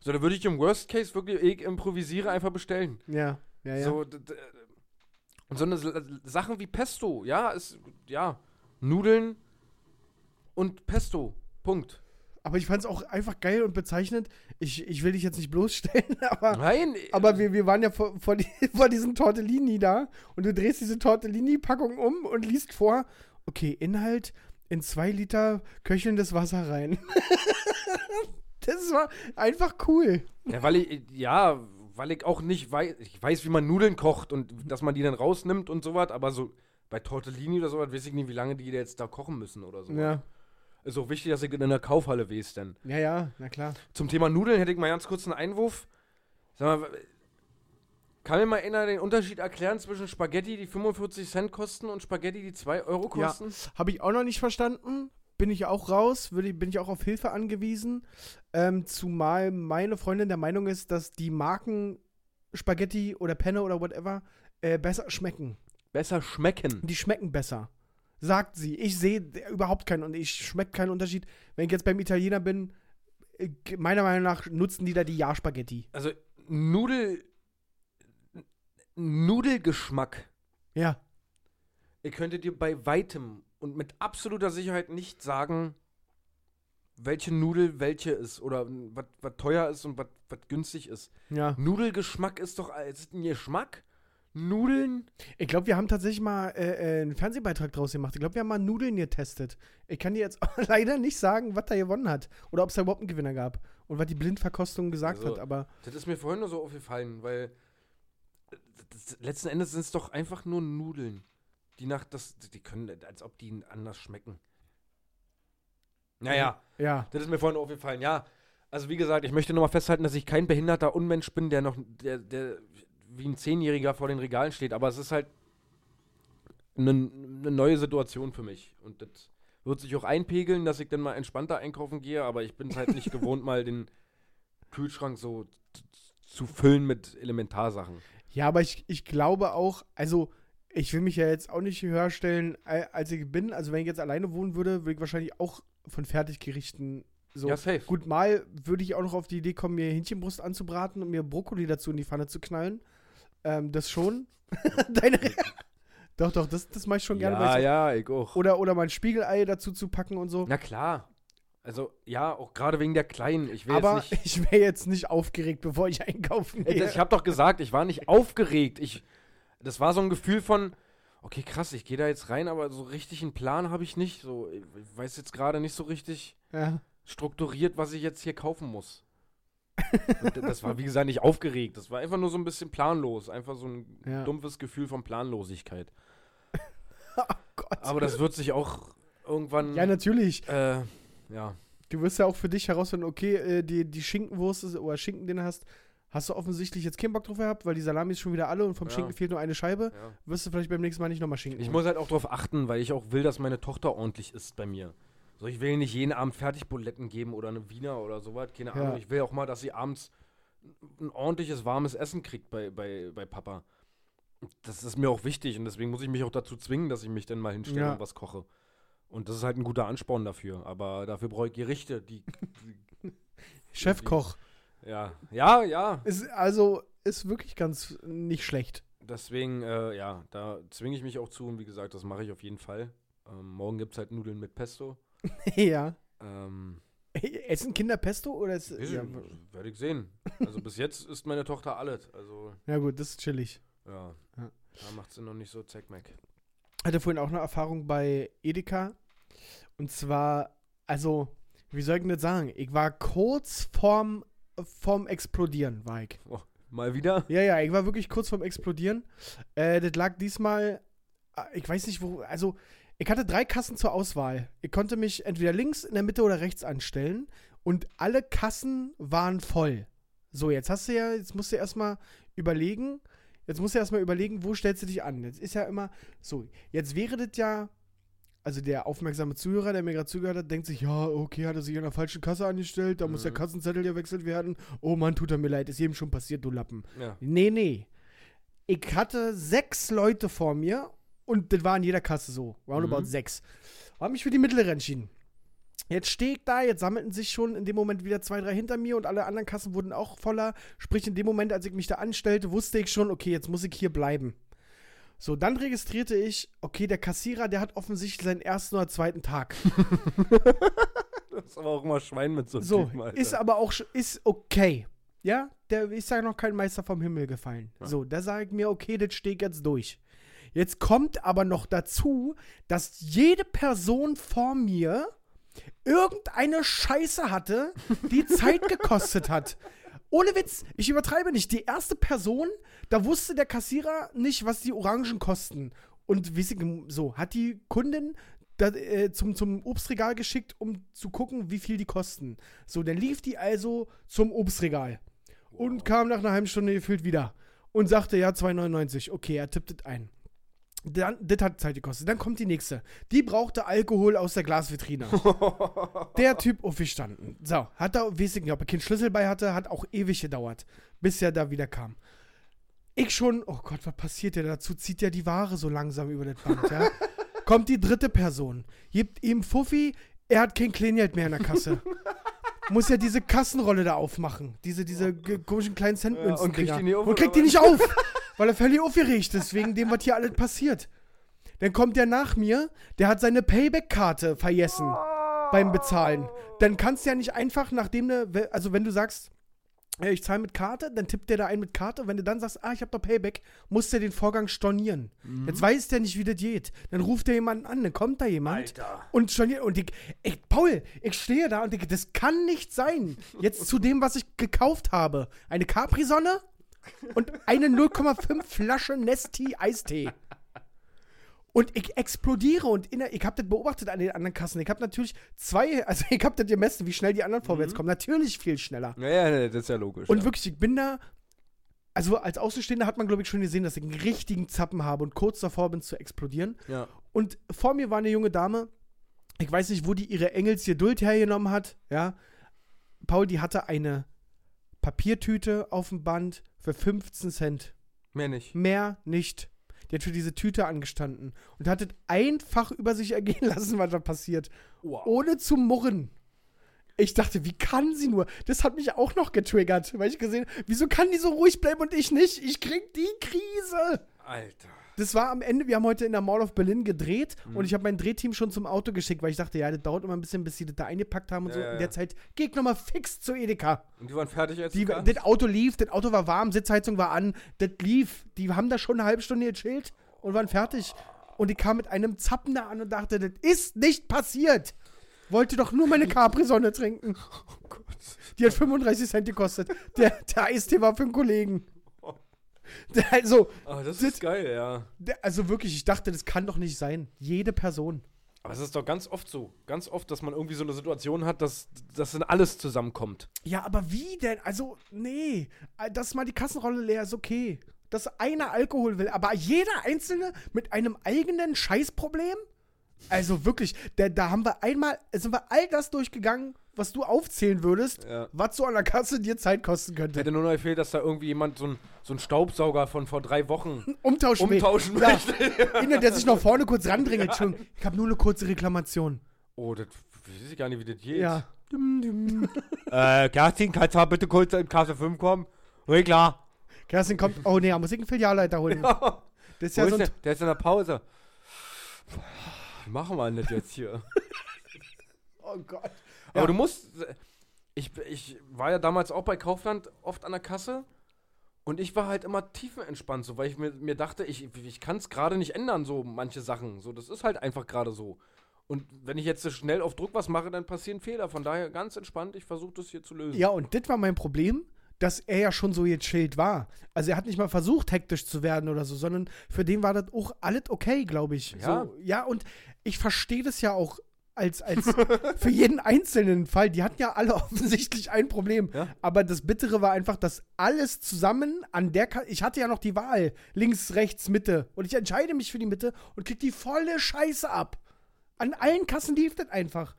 So, da würde ich im Worst Case wirklich ich improvisiere einfach bestellen.
ja, ja, ja.
So, d- d- und so eine S- Sachen wie Pesto, ja, ist, ja, Nudeln und Pesto, Punkt.
Aber ich fand es auch einfach geil und bezeichnend. Ich, ich will dich jetzt nicht bloßstellen, aber,
Nein,
aber wir, wir waren ja vor, vor, die, vor diesem Tortellini da und du drehst diese Tortellini-Packung um und liest vor, okay, Inhalt in zwei Liter köchelndes Wasser rein. das war einfach cool.
Ja, weil ich, ja, weil ich auch nicht weiß, ich weiß, wie man Nudeln kocht und dass man die dann rausnimmt und sowas, aber so bei Tortellini oder sowas weiß ich nicht, wie lange die jetzt da kochen müssen oder so.
Ja,
Ist auch wichtig, dass ich in einer Kaufhalle weiß denn.
ja, ja, na klar.
Zum Thema Nudeln hätte ich mal ganz kurz einen Einwurf. Sag mal, kann mir mal einer den Unterschied erklären zwischen Spaghetti, die 45 Cent kosten und Spaghetti, die 2 Euro
Ja.
kosten?
Habe ich auch noch nicht verstanden. Bin ich auch raus, würde, bin ich auch auf Hilfe angewiesen. Ähm, zumal meine Freundin der Meinung ist, dass die Marken Spaghetti oder Penne oder whatever äh, besser schmecken.
Besser schmecken.
Die schmecken besser. Sagt sie. Ich sehe d- überhaupt keinen und ich schmecke keinen Unterschied. Wenn ich jetzt beim Italiener bin, äh, g- meiner Meinung nach nutzen die da die Ja-Spaghetti.
Also Nudel. Nudelgeschmack
Ja.
Ihr könntet dir bei weitem und mit absoluter Sicherheit nicht sagen, welche Nudel welche ist oder was teuer ist und was günstig ist.
Ja.
Nudelgeschmack ist doch es ist ein Geschmack. Nudeln?
Ich glaube, wir haben tatsächlich mal äh, äh, einen Fernsehbeitrag draus gemacht. Ich glaube, wir haben mal Nudeln getestet. Ich kann dir jetzt leider nicht sagen, was da gewonnen hat. Oder ob es da überhaupt einen Gewinner gab. Und was die Blindverkostung gesagt
Also-
hat. Aber
Das ist mir vorhin nur so aufgefallen, weil äh, das, letzten Endes sind es doch einfach nur Nudeln. Die nach das die können als ob die anders schmecken. Naja.
ja,
Das ist mir vorhin aufgefallen, ja. Also wie gesagt, ich möchte nur mal festhalten, dass ich kein behinderter Unmensch bin, der noch, der, der wie ein Zehnjähriger vor den Regalen steht. Aber es ist halt eine, eine neue Situation für mich. Und das wird sich auch einpegeln, dass ich dann mal entspannter einkaufen gehe. Aber ich bin es halt nicht gewohnt, mal den Kühlschrank so t- zu füllen mit Elementarsachen.
ja, aber ich, ich glaube auch, also ich will mich ja jetzt auch nicht höher stellen, a- als ich bin. Also wenn ich jetzt alleine wohnen würde, würde ich wahrscheinlich auch von Fertiggerichten so.
Ja, safe.
Gut, mal würde ich auch noch auf die Idee kommen, mir Hähnchenbrust anzubraten und mir Brokkoli dazu in die Pfanne zu knallen. Ähm, das schon. Deine Re Doch, doch, das, das mache ich schon gerne. weil
ja, ja,
ich-
ich auch.
Oder, oder mein Spiegelei dazu zu packen und so.
Na klar. Also ja, auch gerade wegen der Kleinen. Ich will
Aber
jetzt nicht
ich wäre jetzt nicht aufgeregt, bevor ich einkaufen
Ey,
gehe.
das, ich habe doch gesagt, ich war nicht aufgeregt. Ich, das war so ein Gefühl von, okay, krass, ich gehe da jetzt rein, aber so richtig einen Plan habe ich nicht. So, ich weiß jetzt gerade nicht so richtig
ja.
strukturiert, was ich jetzt hier kaufen muss. Und d- das war, wie gesagt, nicht aufgeregt. Das war einfach nur so ein bisschen planlos. Einfach so ein
Ja.
dumpfes Gefühl von Planlosigkeit.
Oh Gott.
Aber das wird sich auch irgendwann.
ja, natürlich.
äh, ja.
Du wirst ja auch für dich herausfinden, okay, äh, die, die Schinkenwurst ist, oder Schinken, den du hast, hast du offensichtlich jetzt keinen Bock drauf gehabt, weil die Salami ist schon wieder alle und vom
Ja.
Schinken fehlt nur eine Scheibe.
Ja.
Wirst du vielleicht beim nächsten Mal nicht nochmal Schinken.
Ich
holen.
muss halt auch darauf achten, weil ich auch will, dass meine Tochter ordentlich ist bei mir. So, ich will nicht jeden Abend Fertigbuletten geben oder eine Wiener oder sowas, keine
Ja.
Ahnung. Ich will auch mal, dass sie abends ein ordentliches, warmes Essen kriegt bei, bei, bei Papa. Das ist mir auch wichtig und deswegen muss ich mich auch dazu zwingen, dass ich mich dann mal hinstelle
Ja.
und was koche. Und das ist halt ein guter Ansporn dafür. Aber dafür brauche ich Gerichte, die.
Chefkoch.
Ja, ja, ja.
Ist, also ist wirklich ganz nicht schlecht.
Deswegen, äh, ja, da zwinge ich mich auch zu und wie gesagt, das mache ich auf jeden Fall. Ähm, morgen gibt es halt Nudeln mit Pesto.
ja.
Ähm,
Ey, Essen Kinder Pesto oder ist.
Weiß ich
Ja,
nicht, Werde ich sehen. Also bis jetzt ist meine Tochter alles. Also,
ja, gut, das ist chillig.
ja.
Ja.
Da macht sie noch nicht so Zack-Mac.
Hatte vorhin auch eine Erfahrung bei Edeka. Und zwar, also, wie soll ich denn das sagen? Ich war kurz vorm, vorm Explodieren, war ich.
Mal wieder?
Ja, ja, ich war wirklich kurz vorm Explodieren. Äh, das lag diesmal, äh, ich weiß nicht wo, also ich hatte drei Kassen zur Auswahl. Ich konnte mich entweder links, in der Mitte oder rechts anstellen und alle Kassen waren voll. So, jetzt hast du ja, jetzt musst du erstmal überlegen, jetzt musst du erstmal überlegen, wo stellst du dich an? Jetzt ist ja immer so, jetzt wäre das ja, also der aufmerksame Zuhörer, der mir gerade zugehört hat, denkt sich, ja, okay, hat er sich an der falschen Kasse angestellt, da muss der
Mhm.
Kassenzettel ja wechselt werden. Oh Mann, tut er mir leid, ist jedem schon passiert, du Lappen.
Ja.
Nee, nee. Ich hatte sechs Leute vor mir und das war in jeder Kasse so. Roundabout
Mhm.
sechs. Habe mich für die mittlere entschieden. Jetzt stehe ich da, jetzt sammelten sich schon in dem Moment wieder zwei, drei hinter mir und alle anderen Kassen wurden auch voller. Sprich, in dem Moment, als ich mich da anstellte, wusste ich schon, okay, jetzt muss ich hier bleiben. So, dann registrierte ich, okay, der Kassierer, der hat offensichtlich seinen ersten oder zweiten Tag.
Das ist aber auch immer Schwein mit so einem
So,
Typen, Alter.
ist aber auch sch- ist okay. Ja, der ist ja noch kein Meister vom Himmel gefallen.
Ja.
So, da sage ich mir, okay, das stehe ich jetzt durch. Jetzt kommt aber noch dazu, dass jede Person vor mir irgendeine Scheiße hatte, die Zeit gekostet hat. Ohne Witz, ich übertreibe nicht. Die erste Person, da wusste der Kassierer nicht, was die Orangen kosten. Und weiß ich, so, hat die Kundin da, äh, zum, zum Obstregal geschickt, um zu gucken, wie viel die kosten. So, dann lief die also zum Obstregal und kam nach einer halben Stunde gefühlt wieder und sagte, ja, 2,99. Okay, er tippt das ein. Dann, das hat Zeit gekostet. Dann kommt die nächste. Die brauchte Alkohol aus der Glasvitrine. der Typ aufgestanden. So, hat da, weiß ich nicht, ob er keinen Schlüssel bei hatte, hat auch ewig gedauert, bis er da wieder kam. Ich schon, oh Gott, was passiert denn? Dazu zieht ja die Ware so langsam über das Band, ja? Kommt die dritte Person, gibt ihm Fuffi, er hat kein Kleingeld mehr in der Kasse. Muss ja diese Kassenrolle da aufmachen. Diese, diese ge- komischen kleinen Centmünzen.
und kriegt die nicht auf,
Und kriegt die
oder
nicht auf, weil er völlig aufgeregt ist, wegen dem, was hier alles passiert. Dann kommt der nach mir, der hat seine Payback-Karte vergessen beim Bezahlen. Dann kannst du ja nicht einfach, nachdem du, also wenn du sagst, ja, ich zahle mit Karte, dann tippt der da ein mit Karte und wenn du dann sagst, ah, ich habe doch Payback, muss der den Vorgang stornieren. Jetzt weiß der nicht, wie das geht. Dann ruft der jemanden an, dann kommt da jemand
Alter.
und storniert. Und ich, ich, Paul, ich stehe da und denke, das kann nicht sein. Jetzt zu dem, was ich gekauft habe. Eine Capri-Sonne und eine 0,5 Flasche Nesti Eistee. Und ich explodiere und inner, ich habe das beobachtet an den anderen Kassen. Ich habe natürlich zwei, also ich habe das gemessen, wie schnell die anderen vorwärts kommen. Natürlich viel schneller.
Naja, nee, das ist ja logisch.
Und
ja.
wirklich, ich bin da. Also als Außenstehender hat man, glaube ich, schon gesehen, dass ich einen richtigen Zappen habe und kurz davor bin zu explodieren.
Ja.
Und vor mir war eine junge Dame. Ich weiß nicht, wo die ihre Engelsgeduld hergenommen hat. Ja. Paul, die hatte eine Papiertüte auf dem Band für 15 Cent.
Mehr nicht.
Mehr nicht. Die hat für diese Tüte angestanden und hat es einfach über sich ergehen lassen, was da passiert. Ohne zu murren. Ich dachte, wie kann sie nur? Das hat mich auch noch getriggert, weil ich gesehen wieso kann die so ruhig bleiben und ich nicht? Ich krieg die Krise.
Alter.
Das war am Ende, wir haben heute in der Mall of Berlin gedreht
Mhm.
und ich habe mein Drehteam schon zum Auto geschickt, weil ich dachte, ja, das dauert immer ein bisschen, bis sie das da eingepackt haben und
Ja,
so.
ja,
In
ja.
der Zeit geh ich nochmal fix zu Edeka.
Und die waren fertig als
Die,
du kamst?
das Auto lief, das Auto war warm, Sitzheizung war an, das lief. Die haben da schon eine halbe Stunde gechillt und waren fertig. Und ich kam mit einem Zappen da an und dachte, das ist nicht passiert. Wollte doch nur meine Capri-Sonne trinken.
Oh Gott.
Die hat 35 Cent gekostet. Der, der Eistee war für einen Kollegen. Der, also,
Ah, das,
Das-
ist geil, ja.
der, also wirklich, ich dachte, das kann doch nicht sein. Jede Person.
Aber es ist doch ganz oft so. Ganz oft, dass man irgendwie so eine Situation hat, dass, dass dann alles zusammenkommt.
Ja, aber wie denn? Also, nee. Äh, Dass mal die Kassenrolle leer ist, okay. Dass einer Alkohol will, aber jeder Einzelne mit einem eigenen Scheißproblem? Also wirklich, da, da haben wir einmal, sind wir all das durchgegangen, was du aufzählen würdest,
Ja.
was so an der Kasse dir Zeit kosten könnte.
Hätte nur noch gefehlt, dass da irgendwie jemand so ein, so ein Staubsauger von vor drei Wochen
Umtausch
umtauschen
Ja.
möchte.
Inne, der sich noch vorne kurz randringelt. Entschuldigung, ich habe nur eine kurze Reklamation.
Oh, das weiß ich gar nicht, wie das geht.
Ja.
Äh, Kerstin, kannst du mal bitte kurz in Kasse 5 kommen? Nee, klar.
Kerstin kommt. Oh nee, er muss sich einen Filialleiter holen. Das ist
Wo
ja
ist
so ein
der? der ist in der Pause. Machen wir denn das jetzt hier?
Oh Gott.
Aber
Ja.
du musst. Ich, ich war ja damals auch bei Kaufland oft an der Kasse und ich war halt immer tiefenentspannt, so weil ich mir, mir dachte, ich, ich kann es gerade nicht ändern, so manche Sachen. So, das ist halt einfach gerade so. Und wenn ich jetzt so schnell auf Druck was mache, dann passieren Fehler. Von daher ganz entspannt, ich versuche das hier zu lösen.
Ja, und das war mein Problem, dass er ja schon so gechillt war. Also er hat nicht mal versucht, hektisch zu werden oder so, sondern für den war das auch alles okay, glaube ich.
Ja.
So, ja, und ich verstehe das ja auch als, als für jeden einzelnen Fall. Die hatten ja alle offensichtlich ein Problem.
Ja.
Aber das Bittere war einfach, dass alles zusammen an der Ka Ich hatte ja noch die Wahl. Links, rechts, Mitte. Und ich entscheide mich für die Mitte und krieg die volle Scheiße ab. An allen Kassen lief das einfach.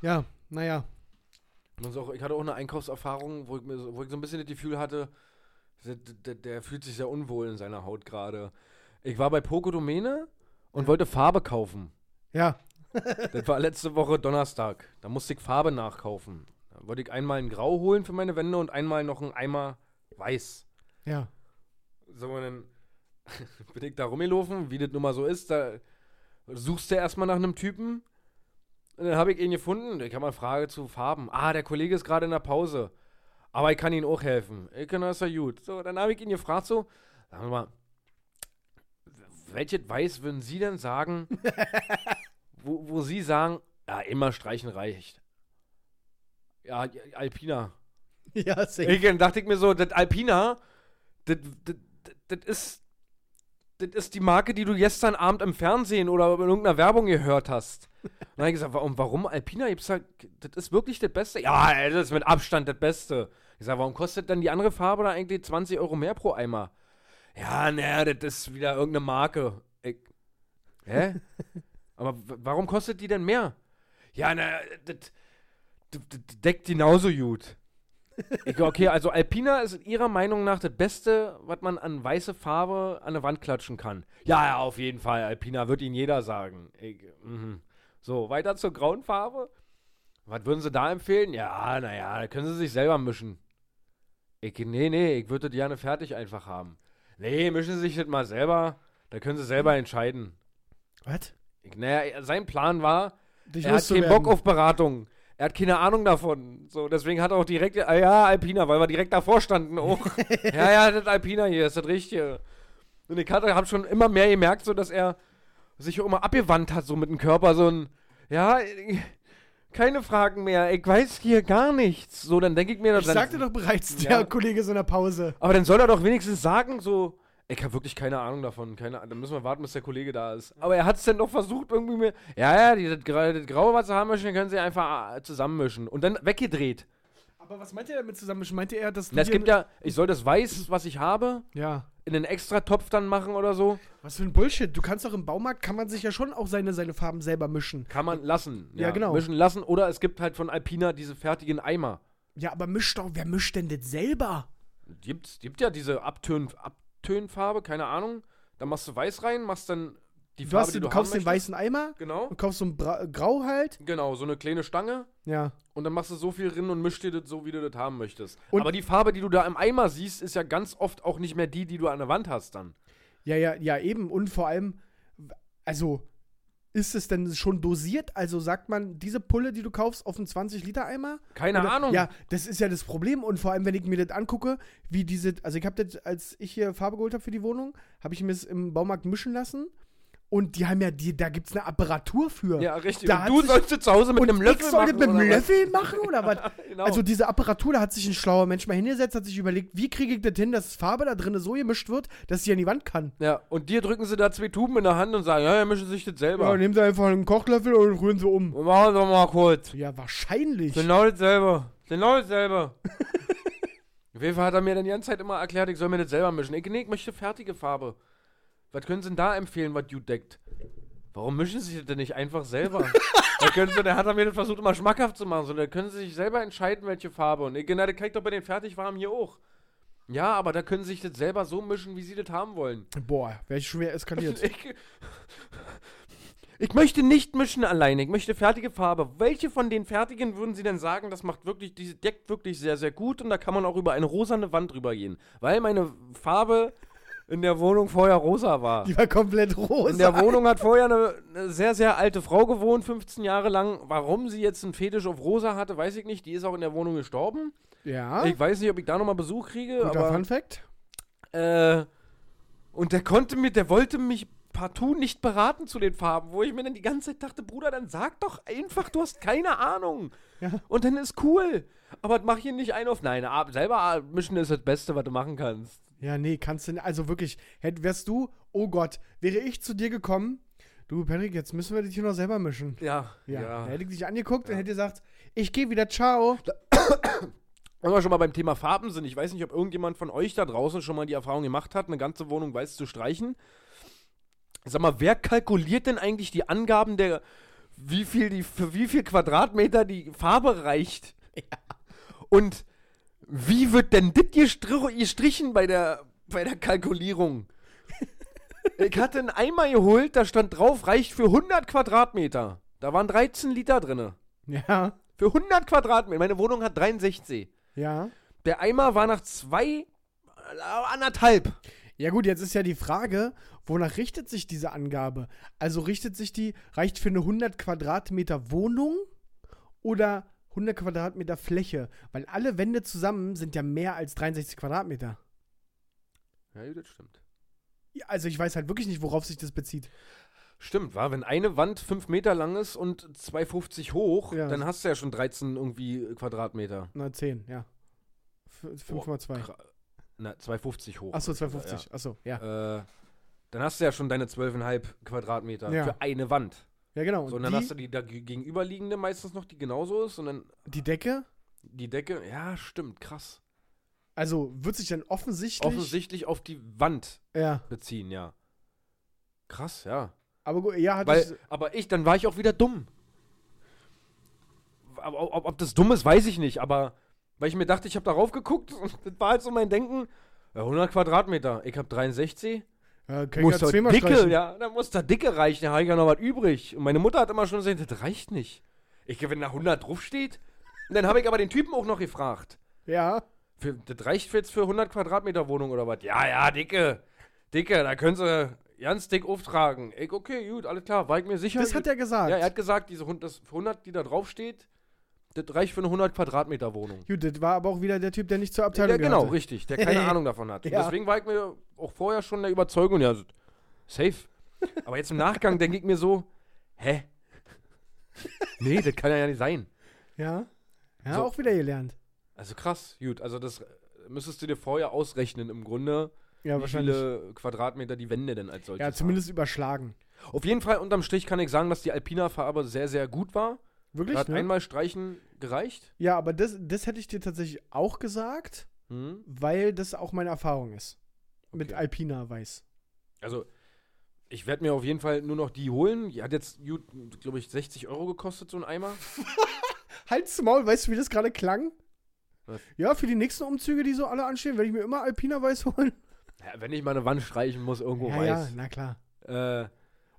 Ja, naja.
Und so, ich hatte auch eine Einkaufserfahrung, wo ich, mir so, wo ich so ein bisschen das Gefühl hatte, der, der, der fühlt sich sehr unwohl in seiner Haut gerade. Ich war bei Poco Domäne und wollte Farbe kaufen.
Ja.
Das war letzte Woche Donnerstag. Da musste ich Farbe nachkaufen. Da wollte ich einmal ein Grau holen für meine Wände und einmal noch ein Eimer Weiß.
Ja.
So, und dann bin ich da rumgelaufen, wie das nun mal so ist. Da suchst du erstmal nach einem Typen. Und dann habe ich ihn gefunden. Ich habe mal eine Frage zu Farben. Ah, der Kollege ist gerade in der Pause. Aber ich kann Ihnen auch helfen. Ich kann das ja gut. So, dann habe ich ihn gefragt so, sagen wir mal, welches Weiß würden Sie denn sagen, wo, wo Sie sagen, ja, immer streichen reicht. Ja, Alpina.
Ja, safe.
Ich, dann dachte ich mir so, das Alpina, das das- das- das ist, das ist die Marke, die du gestern Abend im Fernsehen oder in irgendeiner Werbung gehört hast. Und dann habe ich gesagt, warum, warum Alpina? Ich sag, das ist wirklich das Beste. Ja, ey, das ist mit Abstand das Beste. Ich sage, warum kostet dann die andere Farbe da eigentlich 20 Euro mehr pro Eimer? Ja, naja, das ist wieder irgendeine Marke. Ich, hä? Aber w- warum kostet die denn mehr? Ja, na, das das- das deckt genauso gut. Ich, okay, also Alpina ist ihrer Meinung nach das Beste, was man an weiße Farbe an eine Wand klatschen kann. Ja, ja, auf jeden Fall. Alpina wird Ihnen jeder sagen. Ich, mhm. So, weiter zur grauen Farbe. Was würden Sie da empfehlen? Ja, naja, da können Sie sich selber mischen. Ich, nee, nee, ich würde das gerne fertig einfach haben. Nee, mischen Sie sich das mal selber. Da können Sie selber entscheiden.
Was?
Ich, naja, sein Plan war,
Dich
er hat keinen Bock auf Beratung. Er hat keine Ahnung davon. So, deswegen hat er auch direkt, ah ja, Alpina, weil wir direkt davor standen auch. ja, ja, das Alpina hier, ist das Richtige. Und ich hatte, hab schon immer mehr gemerkt, so, dass er sich auch immer abgewandt hat, so mit dem Körper, so ein, ja, ich- keine Fragen mehr, ich weiß hier gar nichts. So, dann denke ich mir,
Ich
dann,
sagte doch bereits,
Ja.
der Kollege ist in der Pause.
aber dann soll er doch wenigstens sagen, so, ich habe wirklich keine Ahnung davon. Keine, Ahnung. dann müssen wir warten, bis der Kollege da ist. Aber er hat es dann doch versucht, irgendwie mir. Ja, ja, die, das, Gra- das Graue, was sie haben möchten, können sie einfach äh, zusammenmischen. Und dann weggedreht.
Aber was meint ihr damit zusammen? Meinte er, dass
Na, es gibt ja, ich soll das Weiß, was ich habe,
Ja.
in einen extra Topf dann machen oder so.
Was für ein Bullshit. Du kannst doch im Baumarkt, kann man sich ja schon auch seine, seine Farben selber mischen.
Kann man lassen.
Ja, genau.
Mischen lassen. Oder es gibt halt von Alpina diese fertigen Eimer.
Ja, aber misch doch, wer mischt denn das selber?
Gibt's, gibt ja diese Abtön, Abtönfarbe, keine Ahnung. Da machst du Weiß rein, machst dann die
Du,
Farbe,
hast,
die
du,
du
kaufst
haben
den weißen Eimer
möchtest. Genau.
und kaufst so ein Bra Grau halt.
Genau, so eine kleine Stange.
Ja.
Und dann machst du so viel drin und mischst dir das so, wie du das haben möchtest.
Und-
Aber die Farbe, die du da im Eimer siehst, ist ja ganz oft auch nicht mehr die, die du an der Wand hast dann.
Ja, ja, ja, eben. Und vor allem, also, ist es denn schon dosiert? Also sagt man, diese Pulle, die du kaufst, auf einen 20-Liter-Eimer?
Keine
Oder-
Ahnung.
Ja, das ist ja das Problem. Und vor allem, wenn ich mir das angucke, wie diese, also ich habe das, als ich hier Farbe geholt habe für die Wohnung, habe ich mir es im Baumarkt mischen lassen. Und die haben ja, die, da gibt es eine Apparatur für.
Ja, richtig.
Da
und
hat
du
sich-
sollst du zu Hause mit
und
einem Löffel
ich sollte
machen,
mit
oder
einem
was?
Löffel machen oder was?
Genau.
Also diese Apparatur, da hat sich ein schlauer Mensch mal hingesetzt, hat sich überlegt, wie kriege ich das hin, dass Farbe da drin so gemischt wird, dass sie an die Wand kann.
ja, und dir drücken sie da zwei Tuben in der Hand und sagen, ja, ja, mischen sich das selber.
Ja, nehmen sie einfach einen Kochlöffel und rühren sie um.
Wir machen doch mal kurz.
Ja, wahrscheinlich.
Genau dasselbe. Genau dasselbe. Auf jeden Fall hat er mir dann die ganze Zeit immer erklärt, ich soll mir das selber mischen. Ich, nee, ich möchte fertige Farbe. Was können Sie denn da empfehlen, was du deckt? Warum mischen Sie das denn nicht einfach selber? da können Sie, der hat er mir das versucht, immer schmackhaft zu machen. So, da können Sie sich selber entscheiden, welche Farbe. Und ich, na, das kann ich doch bei den Fertigwaren hier auch. Ja, aber da können Sie sich das selber so mischen, wie Sie das haben wollen.
Boah, wäre ich schon wieder eskaliert.
Ich, ich möchte nicht mischen alleine, ich möchte fertige Farbe. Welche von den fertigen würden Sie denn sagen, das macht wirklich, diese deckt wirklich sehr, sehr gut und da kann man auch über eine rosane Wand drüber gehen. Weil meine Farbe in der Wohnung vorher rosa war.
Die war komplett
in der
rosa.
Wohnung hat vorher eine, eine sehr, sehr alte Frau gewohnt, 15 Jahre lang. Warum sie jetzt einen Fetisch auf rosa hatte, weiß ich nicht. Die ist auch in der Wohnung gestorben.
Ja.
Ich weiß nicht, ob ich da nochmal Besuch kriege.
Guter
aber
Fun Fact.
äh, und der konnte mir, der wollte mich partout nicht beraten zu den Farben, wo ich mir dann die ganze Zeit dachte, Bruder, dann sag doch einfach, du hast keine Ahnung.
Ja.
Und dann ist cool. Aber mach hier nicht einen auf. Nein, ab- selber mischen ist das Beste, was du machen kannst.
Ja, nee, kannst du nicht. Also wirklich, hätt, wärst du, oh Gott, wäre ich zu dir gekommen, du Patrick, jetzt müssen wir dich hier noch selber mischen.
Ja.
Ja. Dann hätte ich dich angeguckt und hätte gesagt, ich gehe wieder, ciao.
Wenn wir schon mal beim Thema Farben sind, ich weiß nicht, ob irgendjemand von euch da draußen schon mal die Erfahrung gemacht hat, eine ganze Wohnung weiß zu streichen. Sag mal, wer kalkuliert denn eigentlich die Angaben der, wie viel die, für wie viel Quadratmeter die Farbe reicht? Und wie wird denn das gestri- gestrichen bei der, bei der Kalkulierung? ich hatte einen Eimer geholt, da stand drauf, reicht für 100 Quadratmeter. Da waren 13 Liter drinne.
Ja.
Für 100 Quadratmeter. Meine Wohnung hat 63.
Ja.
Der Eimer war nach zwei, äh, anderthalb.
Ja gut, jetzt ist ja die Frage, wonach richtet sich diese Angabe? Also richtet sich die, reicht für eine 100 Quadratmeter Wohnung oder 100 Quadratmeter Fläche? Weil alle Wände zusammen sind ja mehr als 63 Quadratmeter.
Ja, das stimmt.
Ja, Also ich weiß halt wirklich nicht, worauf sich das bezieht.
Stimmt, war. Wenn eine Wand fünf Meter lang ist und 2,50 hoch,
Ja.
dann hast du ja schon 13 irgendwie Quadratmeter.
Na, 10, ja. F- 5,2.
Kra- Na, 2,50 hoch.
Achso, 2,50. Achso, ja.
Äh, dann hast du ja schon deine 12,5 Quadratmeter
Ja.
für eine Wand.
Ja, genau. Und
So, und dann
die,
hast du die da gegenüberliegende meistens noch, die genauso ist. Und dann
die Decke,
die Decke. Ja, stimmt, krass.
also wird sich dann offensichtlich...
Offensichtlich auf die Wand
Ja,
beziehen, ja. Krass, ja.
aber gut, ja, hat
Weil, aber ich, dann war ich auch wieder dumm. Aber ob, ob das dumm ist, weiß ich nicht, aber weil ich mir dachte, ich habe darauf geguckt und das war halt so mein Denken. ja, 100 Quadratmeter, ich habe 63.
äh, können
Muss da
ja zweimal
dicke,
streichen.
ja, dann muss da dicke reichen, da habe ich ja noch was übrig. Und meine Mutter hat immer schon gesagt, das reicht nicht. Ich, wenn da 100 draufsteht, und dann habe ich aber den Typen auch noch gefragt.
Ja.
Für, das reicht jetzt für 100 Quadratmeter Wohnung oder was? Ja, ja, dicke. Dicke, da können sie ganz dick auftragen. Ich, okay, gut, alles klar, war ich mir sicher.
Das hat er gesagt.
Ja, er hat gesagt, diese Hund, das 100, die da drauf steht, das reicht für eine 100 Quadratmeter Wohnung.
Gut, das war aber auch wieder der Typ, der nicht zur Abteilung
Ja, genau,
gehörte.
richtig, der keine Ahnung davon hat. Und
Ja.
Deswegen war ich mir auch vorher schon der Überzeugung, ja, safe. Aber jetzt im Nachgang denke ich mir so, hä? Nee, das kann ja nicht sein.
Ja, ja
So.
auch wieder gelernt.
Also krass, gut, also das äh, müsstest du dir vorher ausrechnen im Grunde,
Ja,
wie
wahrscheinlich.
viele Quadratmeter die Wände denn als solches
ja, zumindest überschlagen.
haben. Auf jeden Fall, unterm Strich kann ich sagen, dass die Alpina-Farbe sehr, sehr gut war. Da
Wirklich?
hat
Ne?
einmal Streichen gereicht.
Ja, aber das, das hätte ich dir tatsächlich auch gesagt,
Hm.
weil das auch meine Erfahrung ist. Mit
Okay.
Alpina Weiß.
Also, ich werde mir auf jeden Fall nur noch die holen. Die hat jetzt, glaube ich, 60 Euro gekostet, so ein Eimer.
Halt's Maul, weißt du, wie das gerade klang?
Was?
Ja, für die nächsten Umzüge, die so alle anstehen, werde ich mir immer Alpina Weiß holen.
Ja, wenn ich mal eine Wand streichen muss, irgendwo
ja, ja,
weiß.
na klar.
Ja. Äh,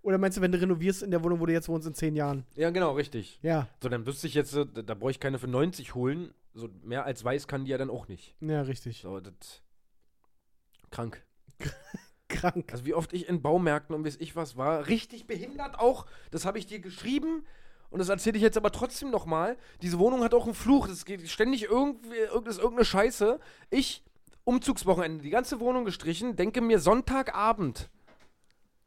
Oder meinst du, wenn du renovierst in der Wohnung, wo du jetzt wohnst, in zehn Jahren?
ja, genau, richtig.
Ja,
So, dann wüsste ich jetzt, äh, da, da brauche ich keine für 90 holen. So, mehr als weiß kann die ja dann auch nicht.
ja, richtig.
So, das. Krank.
Krank.
Also, wie oft ich in Baumärkten und bis ich was war, richtig behindert auch. Das habe ich dir geschrieben. Und das erzähle ich jetzt aber trotzdem nochmal. Diese Wohnung hat auch einen Fluch. Es geht ständig irgendwie, irgend- ist irgendeine Scheiße. Ich, Umzugswochenende, die ganze Wohnung gestrichen, denke mir Sonntagabend.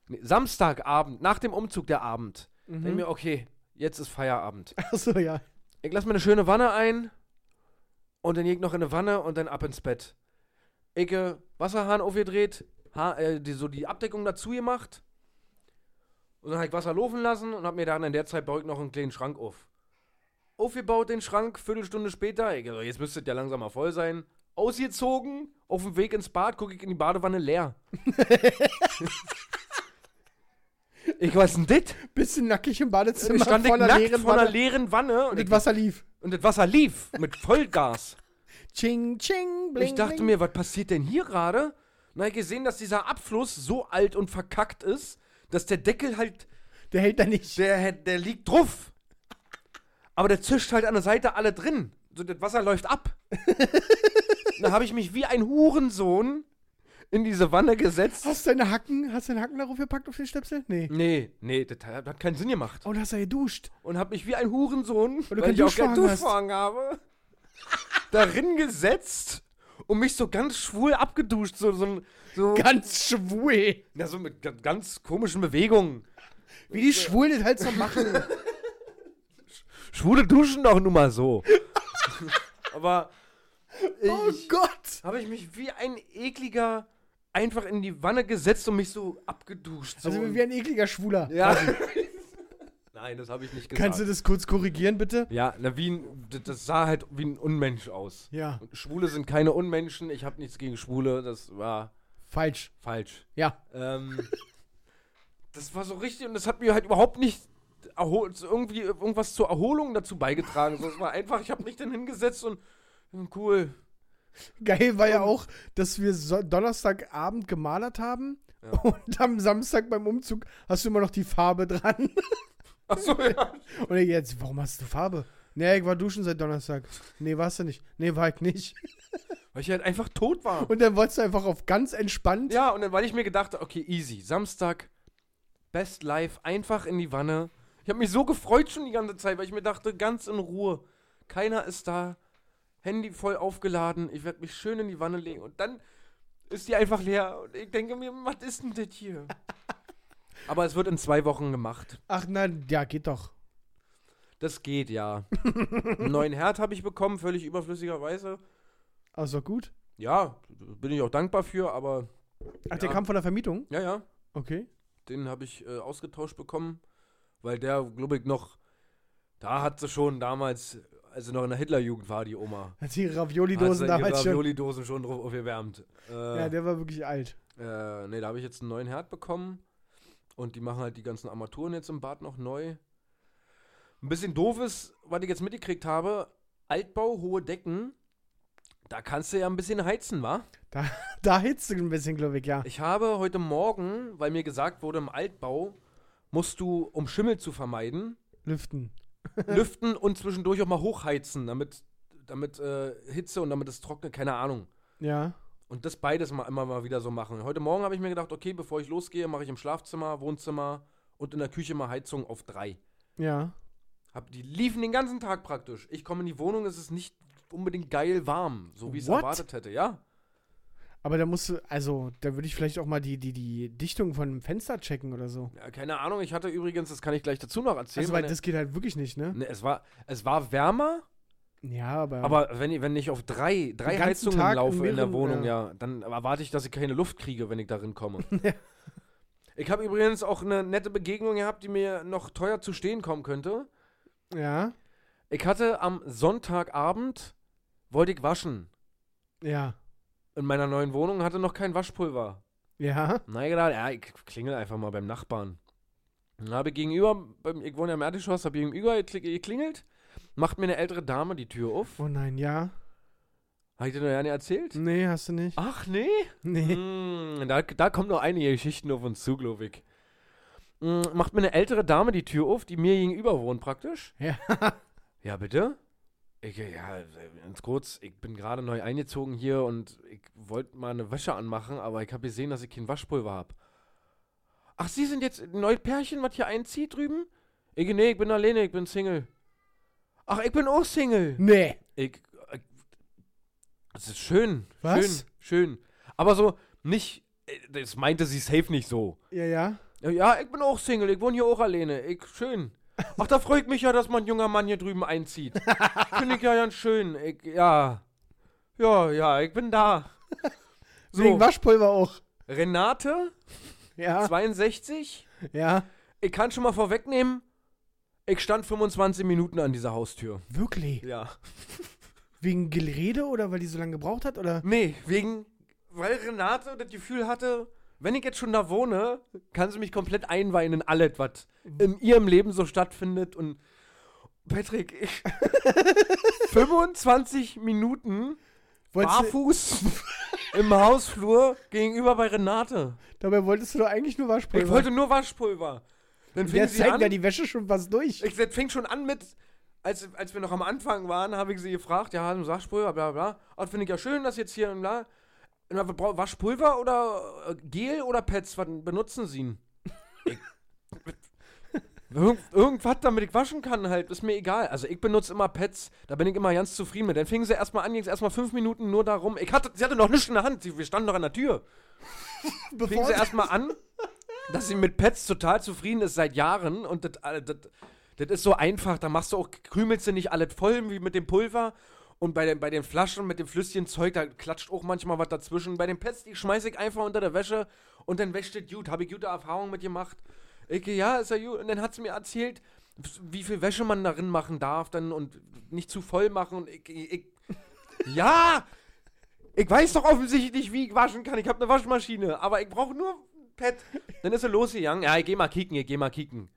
Nee, Samstagabend, nach dem Umzug der Abend. Mhm. Denke
Mhm.
mir, okay, jetzt ist Feierabend.
Achso, ja.
Ich lasse mir eine schöne Wanne ein und dann geht noch in eine Wanne und dann ab ins Bett. Ich äh, Wasserhahn aufgedreht, ha äh, die, so die Abdeckung dazu gemacht und dann habe ich Wasser laufen lassen und habe mir dann in der Zeit baue ich noch einen kleinen Schrank auf. Aufgebaut den Schrank, Viertelstunde später, ich, also jetzt müsstet ja langsam mal voll sein, ausgezogen, auf dem Weg ins Bad gucke ich in die Badewanne leer. ich weiß denn das?
Bisschen nackig im Badezimmer.
Ich stand ich nackt vor einer
Wanne
leeren Wanne und
und
ich
das Wasser lief.
und das Wasser lief mit Vollgas.
Ching, ching,
ich dachte mir, was passiert denn hier gerade? Na, ich gesehen, dass dieser Abfluss so alt und verkackt ist, dass der Deckel halt,
der hält da nicht.
der, der liegt drauf. Aber der zischt halt an der Seite alle drin. So, das Wasser läuft ab. da habe ich mich wie ein Hurensohn in diese Wanne gesetzt.
Hast du deine Hacken, hast du deine Hacken darauf gepackt auf den Stöpsel? Nee.
Nee, nee, das hat hat keinen Sinn gemacht.
Oh, da hast du ja geduscht.
und hab mich wie ein Hurensohn,
du keinen Duschvorhang hast.
habe, darin gesetzt und mich so ganz schwul abgeduscht, so, so, ein- so,
Ganz schwul.
na, so mit ga- ganz komischen Bewegungen.
Wie die Schwulen das halt so machen.
Schwule duschen doch nun mal so. Aber
oh
ich,
Gott.
habe ich mich wie ein ekliger einfach in die Wanne gesetzt und mich so abgeduscht. So
Also
und-
wie ein ekliger Schwuler.
ja. Nein, das habe ich nicht gesagt.
Kannst du das kurz korrigieren, bitte?
ja, na, wie ein, d- das sah halt wie ein Unmensch aus.
Ja.
Und Schwule sind keine Unmenschen. Ich habe nichts gegen Schwule. Das war
Falsch.
falsch.
Ja.
Ähm, das war so richtig und das hat mir halt überhaupt nicht erhol- so irgendwie irgendwas zur Erholung dazu beigetragen. So, es war einfach, ich habe mich dann hingesetzt und und cool.
Geil war ja auch, dass wir so Donnerstagabend gemalert haben. Und am Samstag beim Umzug hast du immer noch die Farbe dran.
Achso, ja.
Und ich jetzt, warum hast du Farbe? Nee, ich war duschen seit Donnerstag. Nee, warst du nicht. Nee, war ich nicht.
Weil ich halt einfach tot war.
Und dann wolltest du einfach auf ganz entspannt.
Ja, und dann, weil ich mir gedacht habe, okay, easy, Samstag, Best Life, einfach in die Wanne. Ich habe mich so gefreut schon die ganze Zeit, weil ich mir dachte, ganz in Ruhe, keiner ist da, Handy voll aufgeladen, ich werde mich schön in die Wanne legen und dann ist die einfach leer und ich denke mir, was ist denn das hier? Aber es wird in zwei Wochen gemacht.
Ach nein, ja, geht doch.
Das geht, ja. Einen neuen Herd habe ich bekommen, völlig überflüssigerweise.
Also gut.
Ja, bin ich auch dankbar für, aber
Ach, der
Ja.
kam von der Vermietung?
ja, ja.
Okay.
den habe ich äh, ausgetauscht bekommen, weil der, glaube ich, noch, da hat sie schon damals, also noch in der Hitlerjugend war die Oma,
Hat die
hat
Ravioli-Dosen
sie ihre
damals schon.
Ravioli-Dosen schon drauf aufgewärmt.
Ja,
Äh,
der war wirklich alt.
äh, nee, da habe ich jetzt einen neuen Herd bekommen und die machen halt die ganzen Armaturen jetzt im Bad noch neu. Ein bisschen doof ist, was ich jetzt mitgekriegt habe, Altbau, hohe Decken, da kannst du ja ein bisschen heizen, wa?
Da hitzt du ein bisschen, glaube ich, ja.
Ich habe heute Morgen, weil mir gesagt wurde, im Altbau musst du, um Schimmel zu vermeiden,
Lüften. Äh.
lüften und zwischendurch auch mal hochheizen, damit, damit äh, Hitze und damit es trocknet, keine Ahnung.
Ja. Und
Und das beides mal immer mal wieder so machen. Heute Morgen habe ich mir gedacht, okay, bevor ich losgehe, mache ich im Schlafzimmer, Wohnzimmer und in der Küche mal Heizung auf drei.
ja.
Hab, die liefen den ganzen Tag praktisch. Ich komme in die Wohnung, es ist nicht unbedingt geil warm, so wie ich es
What?
erwartet hätte, ja.
Aber da musst du, also, da würde ich vielleicht auch mal die, die, die Dichtung von einem Fenster checken oder so.
ja. Keine Ahnung, ich hatte übrigens, das kann ich gleich dazu noch erzählen.
Also, weil
meine-
das geht halt wirklich nicht, ne?
ne, es, war, es war wärmer,
Ja, aber.
Aber wenn, ich- wenn ich auf drei, drei
ganzen
Heizungen
Tag
laufe
in
in der
mehreren,
Wohnung, ja. dann erwarte ich, dass ich keine Luft kriege, wenn ich darin komme. ich habe übrigens auch eine nette Begegnung gehabt, die mir noch teuer zu stehen kommen könnte.
ja.
Ich hatte am Sonntagabend, wollte ich waschen.
Ja.
In meiner neuen Wohnung hatte noch kein Waschpulver.
Ja.
Na, ich gedacht, ja, ich klingel einfach mal beim Nachbarn. Dann habe ich gegenüber, beim, ich wohne ja im Erdgeschoss, habe gegenüber gekli- geklingelt, macht mir eine ältere Dame die Tür auf.
Oh nein, ja.
Habe ich dir noch ja nicht erzählt?
Nee, hast du nicht.
Ach nee?
Nee.
Mm, da, da kommen noch einige Geschichten auf uns zu, glaube ich. Mm, macht mir eine ältere Dame die Tür auf, die mir gegenüber wohnt praktisch.
Ja.
Ja, bitte? Ich, ja, ganz kurz, ich bin gerade neu eingezogen hier und ich wollte mal eine Wäsche anmachen, aber ich habe gesehen, dass ich kein Waschpulver habe. Ach, Sie sind jetzt ein neues Pärchen, was hier einzieht drüben? Ich, nee, ich bin alleine, ich bin Single. Ach, ich bin auch Single.
Nee.
Ich, ich, das ist schön.
Was?
Schön, schön. Aber so nicht, äh, das meinte sie safe nicht so.
Ja, ja.
Ja, ich bin auch Single, ich wohne hier auch alleine. Ich, schön. Ach, da freut mich ja, dass mein junger Mann hier drüben einzieht. Finde ich ja ganz schön. Ich, ja. Ja, ja, ich bin da.
So. Wegen
So,
Waschpulver auch.
Renate, Ah.
Ja.
62.
Ja.
Ich kann schon mal vorwegnehmen, ich stand 25 Minuten an dieser Haustür.
Wirklich?
Ja.
Wegen Gerede oder weil die so lange gebraucht hat? Oder?
Nee, wegen, weil Renate das Gefühl hatte, wenn ich jetzt schon da wohne, kann sie mich komplett einweihen in alles, was in ihrem Leben so stattfindet. Und Patrick, ich 25 Minuten
Wolltest du,
barfuß im Hausflur gegenüber bei Renate.
dabei wolltest du doch eigentlich nur Waschpulver.
Ich wollte nur Waschpulver. Dann fing
Der
sie
zeigt
an.
ja die Wäsche schon was durch.
Ich, das fing schon an mit, als, als wir noch am Anfang waren, habe ich sie gefragt, ja, du Waschpulver, bla bla. bla. Ah, Das finde ich ja schön, dass jetzt hier und bla. Und dann, bra- Waschpulver oder äh, Gel oder Pads, was benutzen sie? denn? Irgend, irgendwas, damit ich waschen kann, halt, ist mir egal. Also ich benutze immer Pads, da bin ich immer ganz zufrieden mit. Dann fingen sie erstmal an, ging es erstmal fünf Minuten nur darum. Ich hatte, sie hatte noch nichts in der Hand, sie- wir standen noch an der Tür. Fingen sie erstmal an, dass sie mit Pets total zufrieden ist seit Jahren und das, äh, das, das ist so einfach, da machst du auch, krümelst du nicht alles voll wie mit dem Pulver und bei den, bei den Flaschen mit dem flüssigen Zeug, da klatscht auch manchmal was dazwischen. Bei den Pets, die schmeiß ich einfach unter der Wäsche und dann wäscht das gut, habe ich gute Erfahrungen mit gemacht. Ich, ja, ist ja gut. Und dann hat sie mir erzählt, wie viel Wäsche man darin machen darf dann und nicht zu voll machen und ich, ich ja! Ich weiß doch offensichtlich, wie ich waschen kann. Ich habe eine Waschmaschine, aber ich brauche nur ein Pad. Dann ist er losgegangen. Ja, ich geh mal kicken, ich geh mal kicken.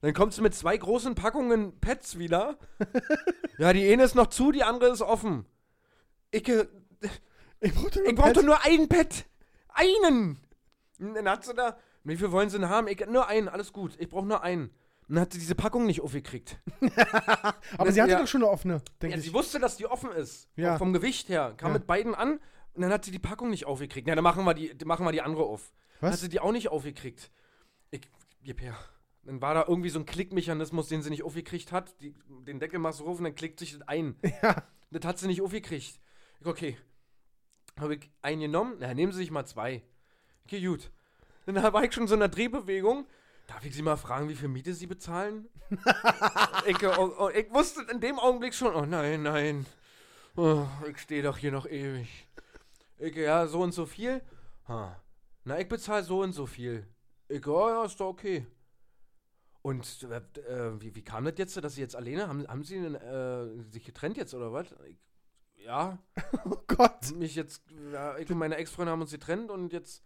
Dann kommt sie mit zwei großen Packungen Pads wieder. ja, die eine ist noch zu, die andere ist offen. Ich, äh,
Ich brauchte nur
ich brauchte nur ein Pad. Einen! Und dann hat sie da, wie viel wollen sie denn haben? Ich, nur einen, alles gut. Ich brauche nur einen. Und dann hat sie diese Packung nicht aufgekriegt.
Aber sie hatte
Ja.
doch schon eine offene, denke
Ja,
ich.
sie wusste, dass die offen ist.
Ja.
Auch vom Gewicht her. Kam
Ja.
mit beiden an und dann hat sie die Packung nicht aufgekriegt. Na, dann machen wir die, machen wir die andere auf.
Was?
Hat sie die auch nicht aufgekriegt. Ich, gib her. Dann war da irgendwie so ein Klickmechanismus, den sie nicht aufgekriegt hat. Die, den Deckel machst du rauf und dann klickt sich das ein.
Ja.
Das hat sie nicht aufgekriegt. Ich, okay. Habe ich einen genommen? Na, nehmen Sie sich mal zwei. Okay, gut. Dann war ich schon so in einer Drehbewegung. Darf ich Sie mal fragen, wie viel Miete Sie bezahlen? ich, oh, oh, ich wusste in dem Augenblick schon, oh nein, nein. Oh, ich stehe doch hier noch ewig. Ich, ja, so und so viel. Ha. Na, ich bezahle so und so viel. Ich, oh, ja, ist doch okay. Und äh, äh, wie, wie kam das jetzt, dass Sie jetzt alleine, haben, haben Sie denn, äh, sich getrennt jetzt oder was? Ich, ja,
Oh Gott.
mich jetzt, ja, ich und meine Ex-Freunde haben uns getrennt und jetzt,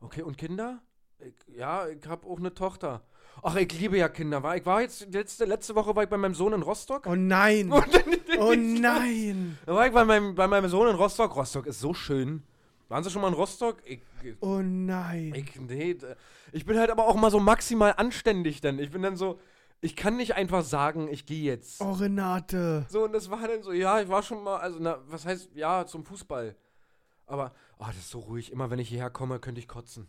okay, und Kinder? Ich, ja, ich habe auch eine Tochter. Ach, ich liebe ja Kinder. War, ich war jetzt, letzte, letzte Woche war ich bei meinem Sohn in Rostock.
Oh nein.
Und dann-
Oh nein.
da war ich bei meinem, bei meinem Sohn in Rostock. Rostock ist so schön. Waren Sie schon mal in Rostock? Ich,
Oh nein.
ich, nee, d- ich bin halt aber auch mal so maximal anständig dann. Ich bin dann so, ich kann nicht einfach sagen, ich gehe jetzt.
Oh Renate.
So, und das war dann so, ja, ich war schon mal, also, na, was heißt, ja, zum Fußball. Aber, ah, das ist so ruhig. Immer wenn ich hierher komme, könnte ich kotzen.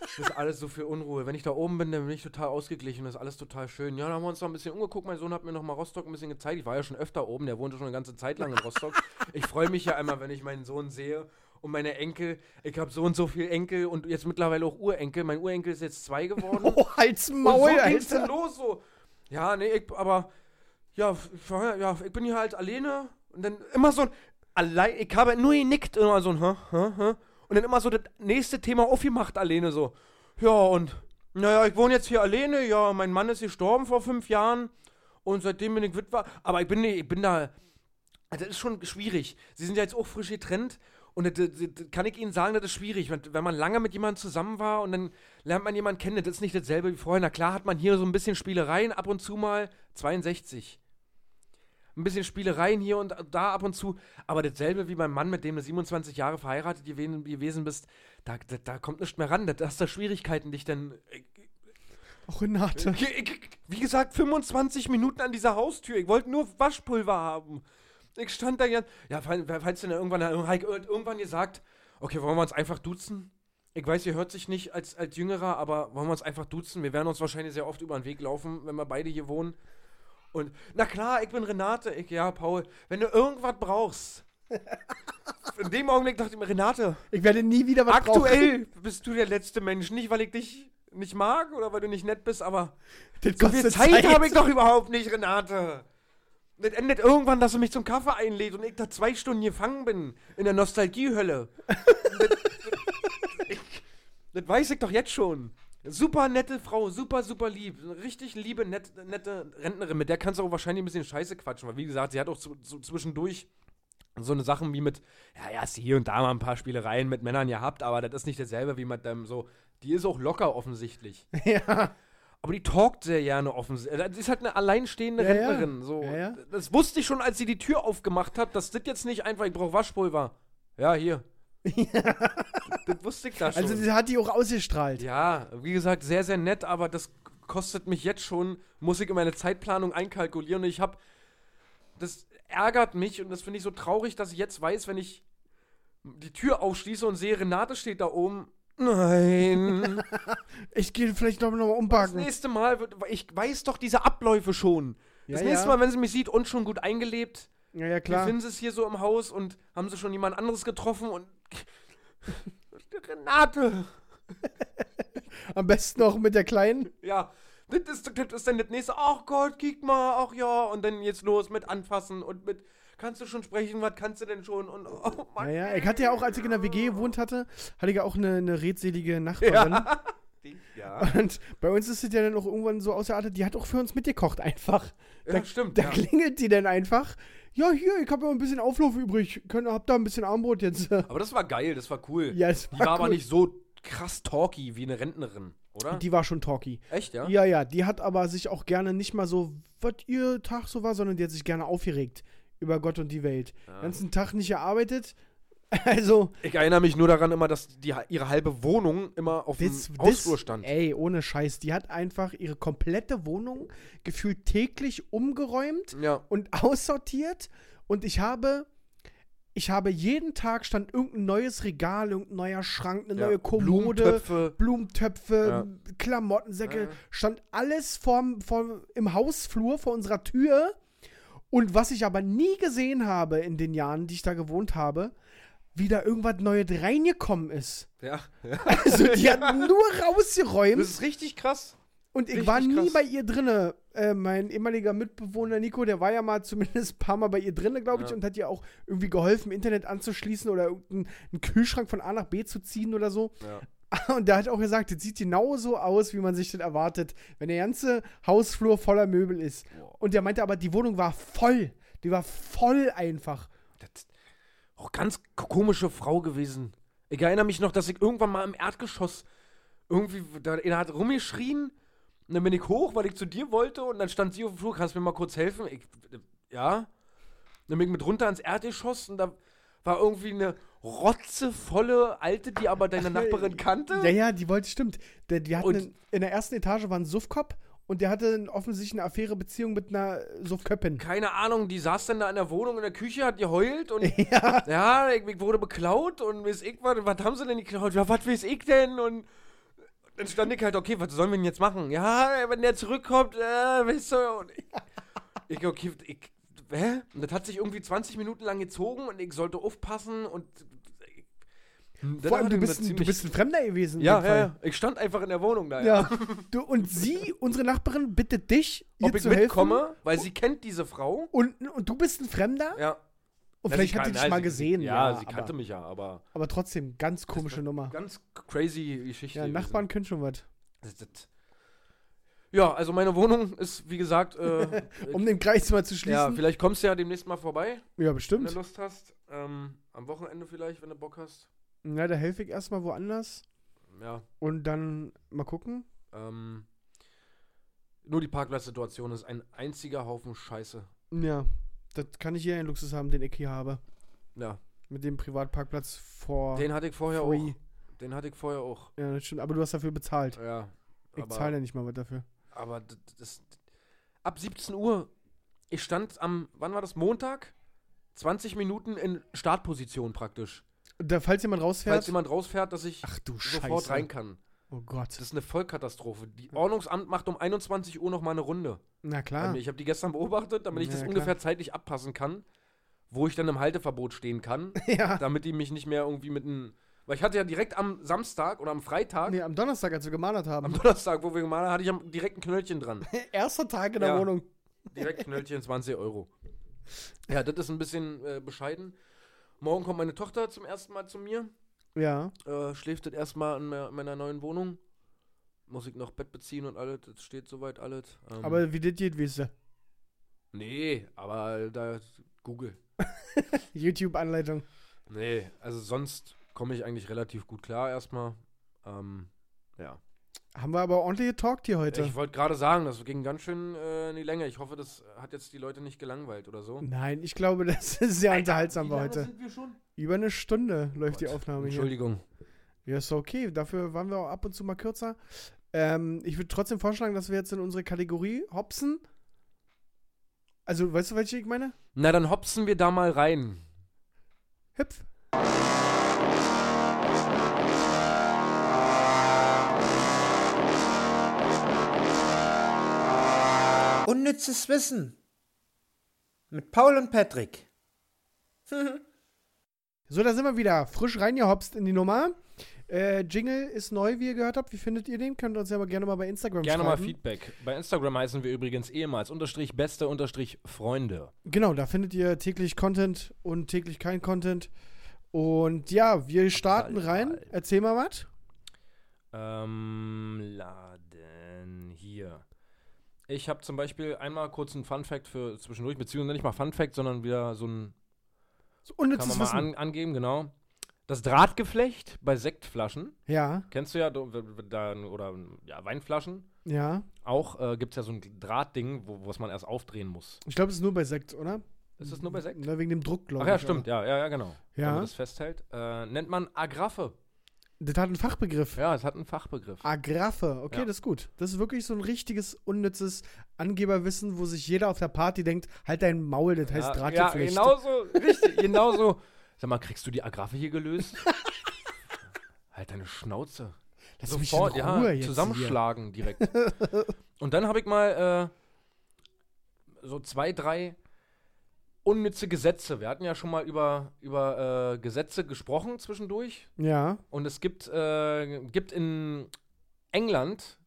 das ist alles so viel Unruhe. Wenn ich da oben bin, dann bin ich total ausgeglichen. Das ist alles total schön. Ja, dann haben wir uns noch ein bisschen umgeguckt. Mein Sohn hat mir noch mal Rostock ein bisschen gezeigt. Ich war ja schon öfter oben. Der wohnte schon eine ganze Zeit lang in Rostock. ich freue mich ja einmal, wenn ich meinen Sohn sehe und meine Enkel. Ich habe so und so viel Enkel und jetzt mittlerweile auch Urenkel. Mein Urenkel ist jetzt zwei geworden.
Oh, halt's
Und
Maul,
so ging's denn
Alter.
los so. Ja, nee, ich, aber ja, ich, war- ja, ich bin hier halt alleine und dann immer so ein allein, ich habe nur genickt immer so ein hä, hä, hä. und dann immer so das nächste Thema aufgemacht alleine so. Ja, und naja, ich wohne jetzt hier alleine, ja, mein Mann ist gestorben vor fünf Jahren und seitdem bin ich Witwer, aber ich bin, ich bin da, also das ist schon schwierig. Sie sind ja jetzt auch frisch getrennt und das, das, das kann ich Ihnen sagen, das ist schwierig. Wenn, wenn man lange mit jemandem zusammen war und dann lernt man jemanden kennen, das ist nicht dasselbe wie vorher. Na klar hat man hier so ein bisschen Spielereien ab und zu mal, 62. Ein bisschen Spielereien hier und da ab und zu, aber dasselbe wie beim Mann, mit dem du 27 Jahre verheiratet gewen- gewesen bist, da, da, da kommt nichts mehr ran. Da da hast du Schwierigkeiten, dich dann
Oh Renate.
ich, ich, ich- wie gesagt, 25 Minuten an dieser Haustür. Ich wollte nur Waschpulver haben. Ich stand da ja. Ja, falls, falls denn irgendwann, Heike ir- irgendwann gesagt, okay, wollen wir uns einfach duzen? Ich weiß, ihr hört sich nicht als, als Jüngerer, aber wollen wir uns einfach duzen? Wir werden uns wahrscheinlich sehr oft über den Weg laufen, wenn wir beide hier wohnen. Und, na klar, ich bin Renate. Ich, ja, Paul, wenn du irgendwas brauchst. In dem Augenblick dachte ich mir, Renate,
Ich werde nie wieder was brauchen.
Aktuell bist du der letzte Mensch, nicht weil ich dich nicht mag oder weil du nicht nett bist, aber
Das
so viel Zeit, habe ich doch überhaupt nicht, Renate. Das endet irgendwann, dass du mich zum Kaffee einlädst und ich da zwei Stunden gefangen bin in der Nostalgiehölle. das, das, ich, das weiß ich doch jetzt schon. Super nette Frau, super, super lieb. Eine Richtig liebe, net, nette Rentnerin. Mit der kannst du auch wahrscheinlich ein bisschen Scheiße quatschen, weil wie gesagt, sie hat auch zu, zu, zwischendurch so eine Sachen wie mit, ja, ja, hast du hier und da mal ein paar Spielereien mit Männern gehabt, aber das ist nicht dasselbe wie mit dem so. Die ist auch locker offensichtlich.
Ja.
Aber die talkt sehr gerne offensichtlich. Sie ist halt eine alleinstehende
Ja, ja.
Rentnerin. So.
Ja, ja.
Das wusste ich schon, als sie die Tür aufgemacht hat. Das sind jetzt nicht einfach, ich brauche Waschpulver. Ja, hier. das wusste ich da schon.
Also sie hat die auch ausgestrahlt.
ja, wie gesagt, sehr, sehr nett, aber das kostet mich jetzt schon, muss ich in meine Zeitplanung einkalkulieren. Und ich habe, das ärgert mich und das finde ich so traurig, dass ich jetzt weiß, wenn ich die Tür aufschließe und sehe, Renate steht da oben. Nein.
Ich gehe vielleicht noch mal
Das
umpacken.
nächste Mal wird. Ich weiß doch diese Abläufe schon. Das
Ja,
nächste
ja.
Mal, wenn sie mich sieht und schon gut eingelebt,
Ja, ja,
Klar.
klar.
finden sie es hier so im Haus und haben sie schon jemand anderes getroffen und. Renate!
Am besten noch mit der Kleinen.
Ja, das ist, das ist dann das nächste. Ach Gott, kick mal, ach ja. Und dann jetzt los mit Anfassen und mit. Kannst du schon sprechen? Was kannst du denn schon? Und oh Mann.
Ja, ja. Ich hatte ja auch, als ich in der WG gewohnt hatte, hatte ich ja auch eine, eine redselige Nachbarin.
Die- ja.
Und bei uns ist es ja dann auch irgendwann so ausgeartet, die hat auch für uns mitgekocht einfach.
Ja,
da,
stimmt,
Da
ja.
klingelt die dann einfach. Ja, hier, ich habe ja ein bisschen Auflauf übrig. Könnt, hab da ein bisschen Armbrot jetzt.
Aber das war geil, das war cool.
Ja, es
Die war aber
cool.
nicht so krass talky wie eine Rentnerin, oder?
Die war schon talky.
Echt, ja?
Ja, ja, die hat aber sich auch gerne nicht mal so, was ihr Tag so war, sondern die hat sich gerne aufgeregt über Gott und die Welt. Den ganzen Tag nicht gearbeitet. Also,
Ich erinnere mich nur daran immer, dass die, ihre halbe Wohnung immer auf
das, Äh,
dem
das,
Hausflur stand.
ey, ohne Scheiß. Die hat einfach ihre komplette Wohnung gefühlt täglich umgeräumt
Ja.
und aussortiert. Und ich habe, ich habe jeden Tag stand irgendein neues Regal, irgendein neuer Schrank, eine
ja.
neue Kommode.
Blumentöpfe.
Blumentöpfe, Klamottensäcke,
Ja.
stand alles vorm, vorm, im Hausflur vor unserer Tür. Und was ich aber nie gesehen habe in den Jahren, die ich da gewohnt habe, wie da irgendwas Neues reingekommen ist.
Ja.
Also die hat nur
Das
rausgeräumt
ist richtig krass.
und ich
richtig
war nie
krass.
bei ihr drinne. Äh, mein ehemaliger Mitbewohner Nico, der war ja mal zumindest ein paar Mal bei ihr drinne, glaube ich,
Ja.
und hat ihr auch irgendwie geholfen, Internet anzuschließen oder irgendeinen einen Kühlschrank von A nach B zu ziehen oder so.
Ja.
Und der hat auch gesagt, das sieht genauso aus, wie man sich das erwartet, wenn der ganze Hausflur voller Möbel ist. Und der meinte aber, die Wohnung war voll. Die war voll einfach.
Das, auch ganz k- komische Frau gewesen. Ich erinnere mich noch, dass ich irgendwann mal im Erdgeschoss irgendwie, da, er hat rumgeschrien. Und dann bin ich hoch, weil ich zu dir wollte. Und dann stand sie auf dem Flur, kannst du mir mal kurz helfen? Ich, äh, ja. Dann bin ich mit runter ans Erdgeschoss und da war irgendwie eine rotzevolle Alte, die aber deine Nachbarin kannte.
Ja, ja, die wollte, stimmt. Der, die hatten
Und-
einen, in der ersten Etage war ein Suffkopf und der hatte einen- offensichtlich eine affäre Beziehung mit einer Suffköppin.
keine Ahnung, die saß dann da in der Wohnung in der Küche, hat geheult und ja, ich, ich wurde beklaut und weiß ich was, was haben sie denn geklaut? Ja, was weiß ich denn? Und dann stand ich halt, okay, was sollen wir denn jetzt machen? Ja, wenn der zurückkommt, äh, weißt du, und ich, ich, okay, ich, hä? Und das hat sich irgendwie 20 Minuten lang gezogen und ich sollte aufpassen und ich,
Hm, Vor allem, du bist, ein, du bist ein Fremder gewesen. in
ja,
dem
ja,
Fall.
ja, ich stand einfach in der Wohnung da.
ja. Du, und sie, unsere Nachbarin, bittet dich, ihr
Ob ich
zu
mitkomme,
helfen.
weil sie kennt diese Frau.
Und, und du bist ein Fremder?
Ja.
Und
Na,
vielleicht
sie
hat sie
kan-
dich
nein,
mal
sie-
gesehen.
Ja, sie
aber-
kannte mich ja, aber.
Aber trotzdem, ganz komische Nummer.
Ganz crazy Geschichte.
Ja,
gewesen.
Nachbarn können schon was.
Das- das- Ja, also meine Wohnung ist, wie gesagt, äh,
Um den Kreis mal zu
ja,
schließen.
vielleicht kommst du ja demnächst mal vorbei,
Ja,
wenn du
bestimmt.
Lust hast. Ähm, am Wochenende vielleicht, wenn du Bock hast.
Na, da helfe ich erstmal woanders
Ja.
und dann mal gucken.
Ähm, nur die Parkplatzsituation ist ein einziger Haufen Scheiße.
Ja, das kann ich hier einen Luxus haben, den ich hier habe.
Ja.
Mit dem Privatparkplatz vor.
Den hatte ich vorher
Free.
auch. Den hatte ich vorher auch.
Ja, das stimmt. Aber du hast dafür bezahlt.
Ja.
Ich
aber-
zahle ja nicht mal was dafür.
Aber d- d- das, d- ab 17 Uhr, ich stand am, wann war das, Montag? 20 Minuten in Startposition praktisch.
Da, falls jemand rausfährt.
Falls jemand rausfährt, dass ich
Ach du
sofort
Scheiße.
rein kann.
oh Gott.
Das ist eine Vollkatastrophe. Die Ordnungsamt macht um 21 Uhr noch mal eine Runde.
Na
bei
klar.
mir. Ich habe die gestern beobachtet, damit ich
Ah. Ja,
das
klar.
ungefähr zeitlich abpassen kann, wo ich dann im Halteverbot stehen kann,
Ja.
damit die mich nicht mehr irgendwie mit einem Weil ich hatte ja direkt am Samstag oder am Freitag,
Nee, am Donnerstag, als wir gemalert
am
haben.
Donnerstag, wo wir gemalt haben, hatte ich am- direkt ein Knöllchen dran.
Erster Tag in der
Ja.
Wohnung.
Direkt Knöllchen 20 Euro. Ja, das ist ein bisschen äh, bescheiden. Morgen kommt meine Tochter zum ersten Mal zu mir.
Ja.
äh, schläft das erstmal in me- meiner neuen Wohnung. Muss ich noch Bett beziehen und alles, das steht soweit alles. Ähm,
Aber wie das geht, weißt du.
Nee, aber da Google.
YouTube-Anleitung.
Nee, also sonst komme ich eigentlich relativ gut klar erstmal. Ähm, ja.
Haben wir aber ordentlich getalkt hier heute.
Ich wollte gerade sagen, das ging ganz schön äh, in die Länge. Ich hoffe, das hat jetzt die Leute nicht gelangweilt oder so.
Nein, ich glaube, das ist sehr unterhaltsam war heute.
sind wir schon?
Über eine Stunde läuft die
Gott,
Aufnahme hier.
Entschuldigung.
Ja, ist okay. Dafür waren wir auch ab und zu mal kürzer. Ähm, ich würde trotzdem vorschlagen, dass wir jetzt in unsere Kategorie hopsen. Also, weißt du, welche ich meine?
Na, dann hopsen wir da mal rein.
Hüpf.
Unnützes Wissen. Mit Paul und Patrick.
So, da sind wir wieder. Frisch reingehopst in die Nummer. Äh, Jingle ist neu, wie ihr gehört habt. Wie findet ihr den? Könnt ihr uns ja mal gerne mal bei Instagram
Gerne mal
schreiben.
Feedback. Bei Instagram heißen wir übrigens ehemals unterstrich beste unterstrich Freunde.
Genau, da findet ihr täglich Content und täglich kein Content. Und ja, wir starten
Total
rein.
egal.
Erzähl mal was.
Ähm, laden hier. Ich habe zum Beispiel einmal kurz einen Fun Fact für zwischendurch, beziehungsweise nicht mal Fun Fact, sondern wieder so ein,
So
kann
unnützes
man mal
Wissen.
an, angeben, genau. Das Drahtgeflecht bei Sektflaschen,
Ja,
kennst du ja, do- w- w- da- oder ja, Weinflaschen,
ja.
auch äh, gibt es ja so ein Drahtding, wo, was man erst aufdrehen muss.
Ich glaube, es ist nur bei Sekt, oder?
Ist das nur bei Sekt?
Na, wegen dem Druck, glaube
Ach
Ne, ich.
ja, stimmt, ja, ja, ja, genau.
Ja.
Wenn man das festhält. Äh, nennt man Agraffe.
Das hat einen Fachbegriff.
Ja, es hat einen Fachbegriff.
Ah, Agraffe. Okay,
Ja.
das ist gut. Das ist wirklich so ein richtiges, unnützes Angeberwissen, wo sich jeder auf der Party denkt, halt dein Maul, das
ja,
heißt Drahtgeflecht.
genau so, richtig, genau so. Sag mal, kriegst du die Agraffe hier gelöst? halt deine Schnauze.
Lass
Sofort,
mich in
ja,
Ruhe jetzt
zusammenschlagen direkt. Und dann habe ich mal äh, so zwei, drei unnütze Gesetze. Wir hatten ja schon mal über, über äh, Gesetze gesprochen zwischendurch.
Hier. Ja,
Und es gibt, äh, gibt in England,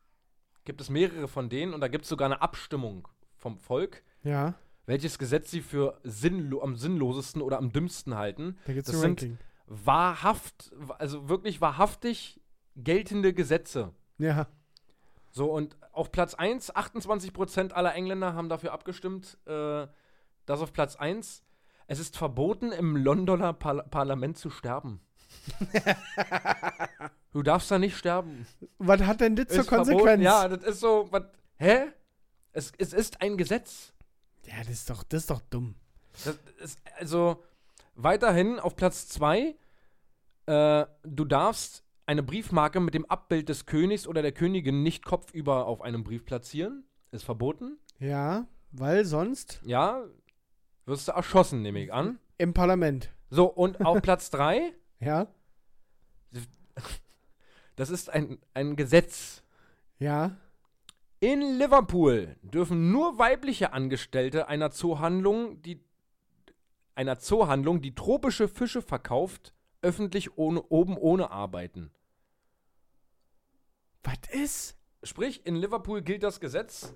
gibt es mehrere von denen und da gibt es sogar eine Abstimmung vom Volk
ja.
welches Gesetz sie für sinnlo am sinnlosesten oder am dümmsten halten.
Da gibt's
Das
ein
sind-
Ranking.
Wahrhaft, also wirklich wahrhaftig geltende Gesetze.
Ja.
So, und auf Platz 1, 28% aller Engländer haben dafür abgestimmt, äh, dass auf Platz 1 es ist verboten, im Londoner Par Parlament zu sterben. du darfst da nicht sterben.
Was hat denn das zur
Ist verboten.
Konsequenz?
Ja, das ist so, was, hä? Es, es ist ein Gesetz.
ja das, ist doch, das ist doch dumm.
Das ist also weiterhin auf Platz 2. Äh, du darfst eine Briefmarke mit dem Abbild des Königs oder der Königin nicht kopfüber auf einem Brief platzieren. Ist verboten.
Ja, weil sonst
Ja, wirst du erschossen, nehme ich an.
im Parlament.
So, und auf Platz 3,
Ja,
das ist ein, ein Gesetz.
ja.
In Liverpool dürfen nur weibliche Angestellte einer Zoohandlung, die einer Zoohandlung, die tropische Fische verkauft, öffentlich ohne, oben ohne arbeiten.
Was ist?
Sprich, in Liverpool gilt das Gesetz,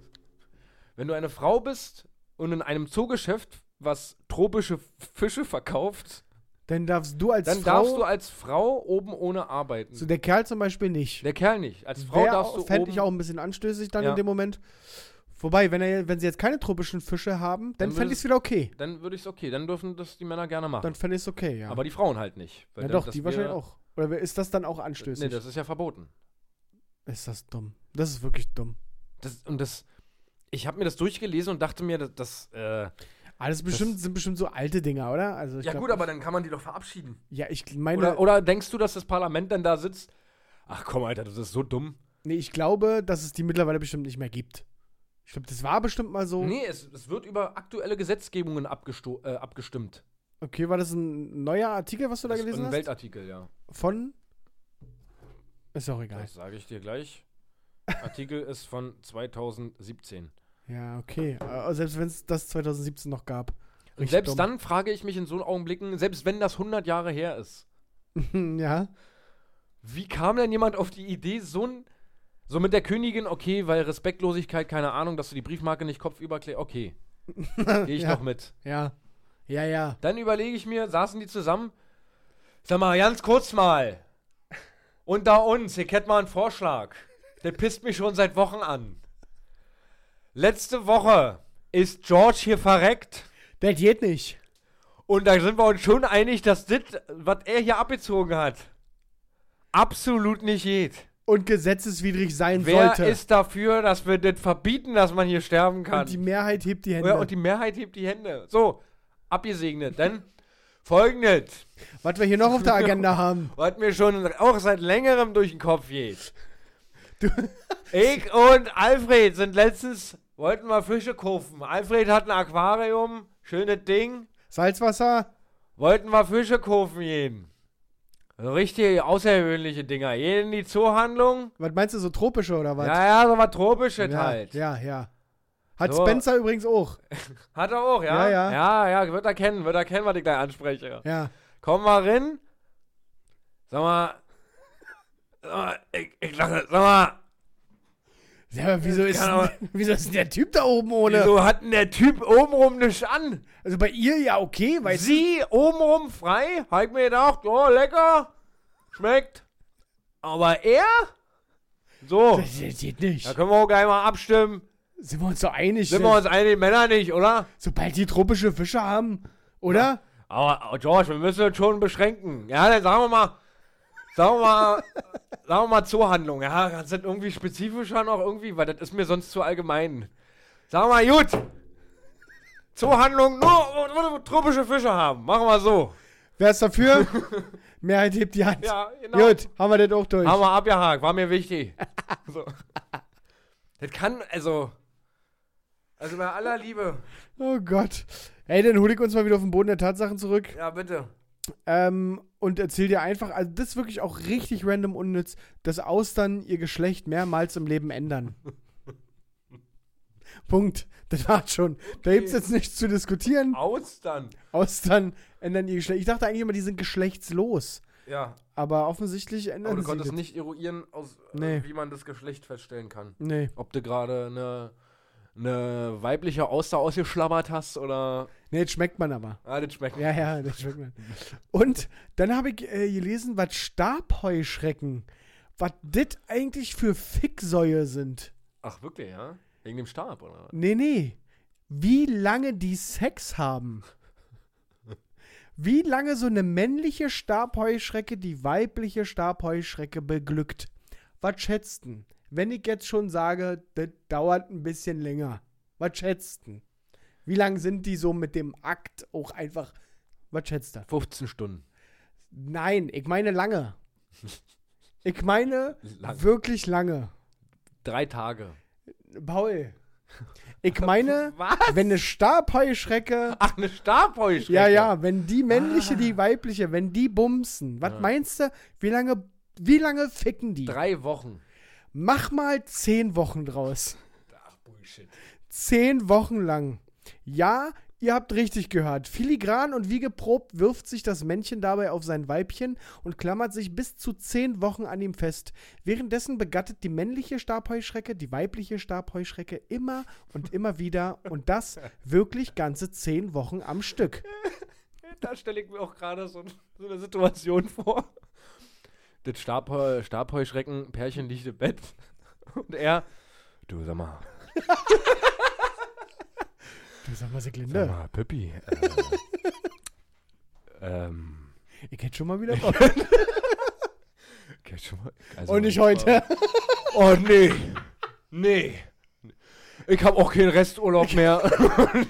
wenn du eine Frau bist und in einem Zoogeschäft, was tropische Fische verkauft,
Dann darfst du als
dann
Frau.
darfst du als Frau oben ohne arbeiten.
so der Kerl zum Beispiel nicht.
der Kerl nicht. Als Frau
Wär
darfst
auch-
du
Fände
oben...
ich auch ein bisschen anstößig dann
Ja.
in dem Moment. Wobei, wenn, er, wenn sie jetzt keine tropischen Fische haben, dann,
Dann
fände
würde-
ich es wieder okay.
Dann würde ich es okay, dann dürfen das die Männer gerne machen.
Dann fände ich es okay, ja.
Aber die Frauen halt nicht. weil
ja
dann-
doch,
das
die wahrscheinlich
wäre-
auch. Oder ist das dann auch anstößig?
Nee, das ist ja verboten.
ist das dumm. Das ist wirklich dumm.
Das, und das... Ich habe mir das durchgelesen und dachte mir, das... das äh,
Alles Ah, bestimmt, sind bestimmt so alte Dinger, oder? Also ich
ja
glaub-
gut, aber dann kann man die doch verabschieden.
Ja, ich meine,
Oder, oder denkst du, dass das Parlament dann da sitzt? Ach komm, Alter, das ist so dumm.
nee, ich glaube, dass es die mittlerweile bestimmt nicht mehr gibt. Ich glaube, das war bestimmt mal so.
Nee, es, es wird über aktuelle Gesetzgebungen abgesto äh, abgestimmt.
Okay, war das ein neuer Artikel, was du da
Das ist
gelesen
ein
hast?
Weltartikel, ja.
Von? Ist auch egal.
Das sage ich dir gleich. Artikel ist von 2017.
Ja, okay. Äh, Selbst wenn es das 2017 noch gab.
Und selbst dann frage ich mich in so Augenblicken, selbst wenn das 100 Jahre her ist,
ja.
Wie kam denn jemand auf die Idee, so ein. So mit der Königin, okay, weil Respektlosigkeit, keine Ahnung, dass du die Briefmarke nicht kopfüber klä- okay. Gehe ich
Ja.
noch mit.
Ja. Ja, ja.
Dann überlege ich mir, saßen die zusammen? Sag mal, ganz kurz mal. Unter uns, ihr kennt mal einen Vorschlag. Der pisst mich schon seit Wochen an. Letzte Woche ist George hier verreckt.
Das geht nicht.
Und da sind wir uns schon einig, dass das, was er hier abgezogen hat, absolut nicht geht.
Und gesetzeswidrig sein
Wer
sollte.
ist dafür, dass wir das verbieten, dass man hier sterben kann?
und die Mehrheit hebt die Hände.
ja, und die Mehrheit hebt die Hände. So, abgesegnet. Dann folgendes.
Was wir hier noch auf der Agenda haben.
Was mir schon auch seit längerem durch den Kopf geht. ich und Alfred sind letztens, wollten mal Fische kaufen. Alfred hat ein Aquarium, schönes Ding,
Salzwasser?
wollten mal Fische kaufen gehen. So richtig außergewöhnliche Dinger. Jeden in die Zoohandlung.
Was meinst du, so tropische oder was?
Ja, ja, so was Tropisches
ja,
halt.
ja, ja. Hat
So.
Spencer übrigens auch.
Hat er auch, ja?
Ja, ja.
Ja, ja, wird er kennen, wird er kennen, was ich gleich anspreche.
Ja.
Komm mal rein. Sag mal. Sag mal, ich, ich lache, sag mal.
ja aber wieso ist,
kann aber-
wieso ist denn der Typ da oben ohne?
Wieso hat denn der Typ obenrum nicht an?
Also bei ihr ja okay, weil
Sie obenrum frei? Hab ich mir gedacht, oh, lecker. Schmeckt. Aber er? So.
Das geht nicht.
Da können wir auch gleich mal abstimmen.
Sind wir uns so einig?
Sind wir uns einig, Männer nicht, oder?
Sobald die tropische Fische haben, oder?
Aber, aber George, wir müssen uns schon beschränken. Ja, dann sagen wir mal, sagen wir mal, sagen wir mal Zoohandlung. Ja, das sind irgendwie spezifischer noch irgendwie, weil das ist mir sonst zu allgemein. Sagen wir mal, gut. Zoohandlung nur, nur tropische Fische haben. Machen wir so.
Wer ist dafür? Mehrheit hebt die Hand.
Ja, genau.
Gut, haben wir das auch durch.
Haben wir abgehakt, war mir wichtig. so. Das kann, also, also bei aller Liebe.
Oh Gott. Ey, dann hol ich uns mal wieder auf den Boden der Tatsachen zurück
Ja, bitte.
ähm, und erzähl dir einfach, also das ist wirklich auch richtig random unnütz, dass Austern ihr Geschlecht mehrmals im Leben ändern. Punkt. Das war's schon. Da gibt's jetzt nichts zu diskutieren.
Austern.
Austern ändern ihr Geschlecht. Ich dachte eigentlich immer, die sind geschlechtslos.
Ja,
Aber offensichtlich ändern
aber du
sie
konntest
das.
nicht eruieren, aus, äh,
Nee.
wie man das Geschlecht feststellen kann.
Nee.
Ob du gerade eine ne weibliche Auster ausgeschlammert hast oder.
Nee, das schmeckt man aber.
Ah, das schmeckt.
Ja, ja, das schmeckt man. Und dann habe ich äh, gelesen, was Stabheuschrecken, was das eigentlich für Ficksäue sind.
Ach, wirklich, ja? Wegen dem Stab, oder? was?
Nee, nee. Wie lange die Sex haben. Wie lange so eine männliche Stabheuschrecke die weibliche Stabheuschrecke beglückt. Was schätzt denn? Wenn ich jetzt schon sage, das dauert ein bisschen länger. Was schätzt denn? Wie lang sind die so mit dem Akt auch einfach? Was schätzt du?
15 Stunden.
Nein, ich meine lange. Ich meine
Lang.
wirklich lange.
Drei Tage.
Paul. Ich meine,
Was?
wenn eine Stabheuschrecke.
Ach, eine Stabheuschrecke.
Ja, ja, wenn
Ah.
die männliche, die weibliche, wenn die bumsen. Was meinst du, wie lange, wie lange ficken die?
Drei Wochen.
Mach mal zehn Wochen draus.
Ach, Bullshit.
Zehn Wochen lang. Ja, ihr habt richtig gehört. Filigran und wie geprobt wirft sich das Männchen dabei auf sein Weibchen und klammert sich bis zu zehn Wochen an ihm fest. Währenddessen begattet die männliche Stabheuschrecke die weibliche Stabheuschrecke immer und immer wieder und das wirklich ganze zehn Wochen am Stück.
Da stelle ich mir auch gerade so, so eine Situation vor. Das Stabheu Stabheuschrecken-Pärchen liegt im Bett. Und er. Du, sag mal.
Du sag mal,
Sag
ne? Siglinde,
mal, Pippi. Äh, ähm.
ich hätte schon mal wieder Bock.
Okay, schon mal, also,
Und nicht heute.
Oh nee. Nee. Ich habe auch keinen Resturlaub mehr.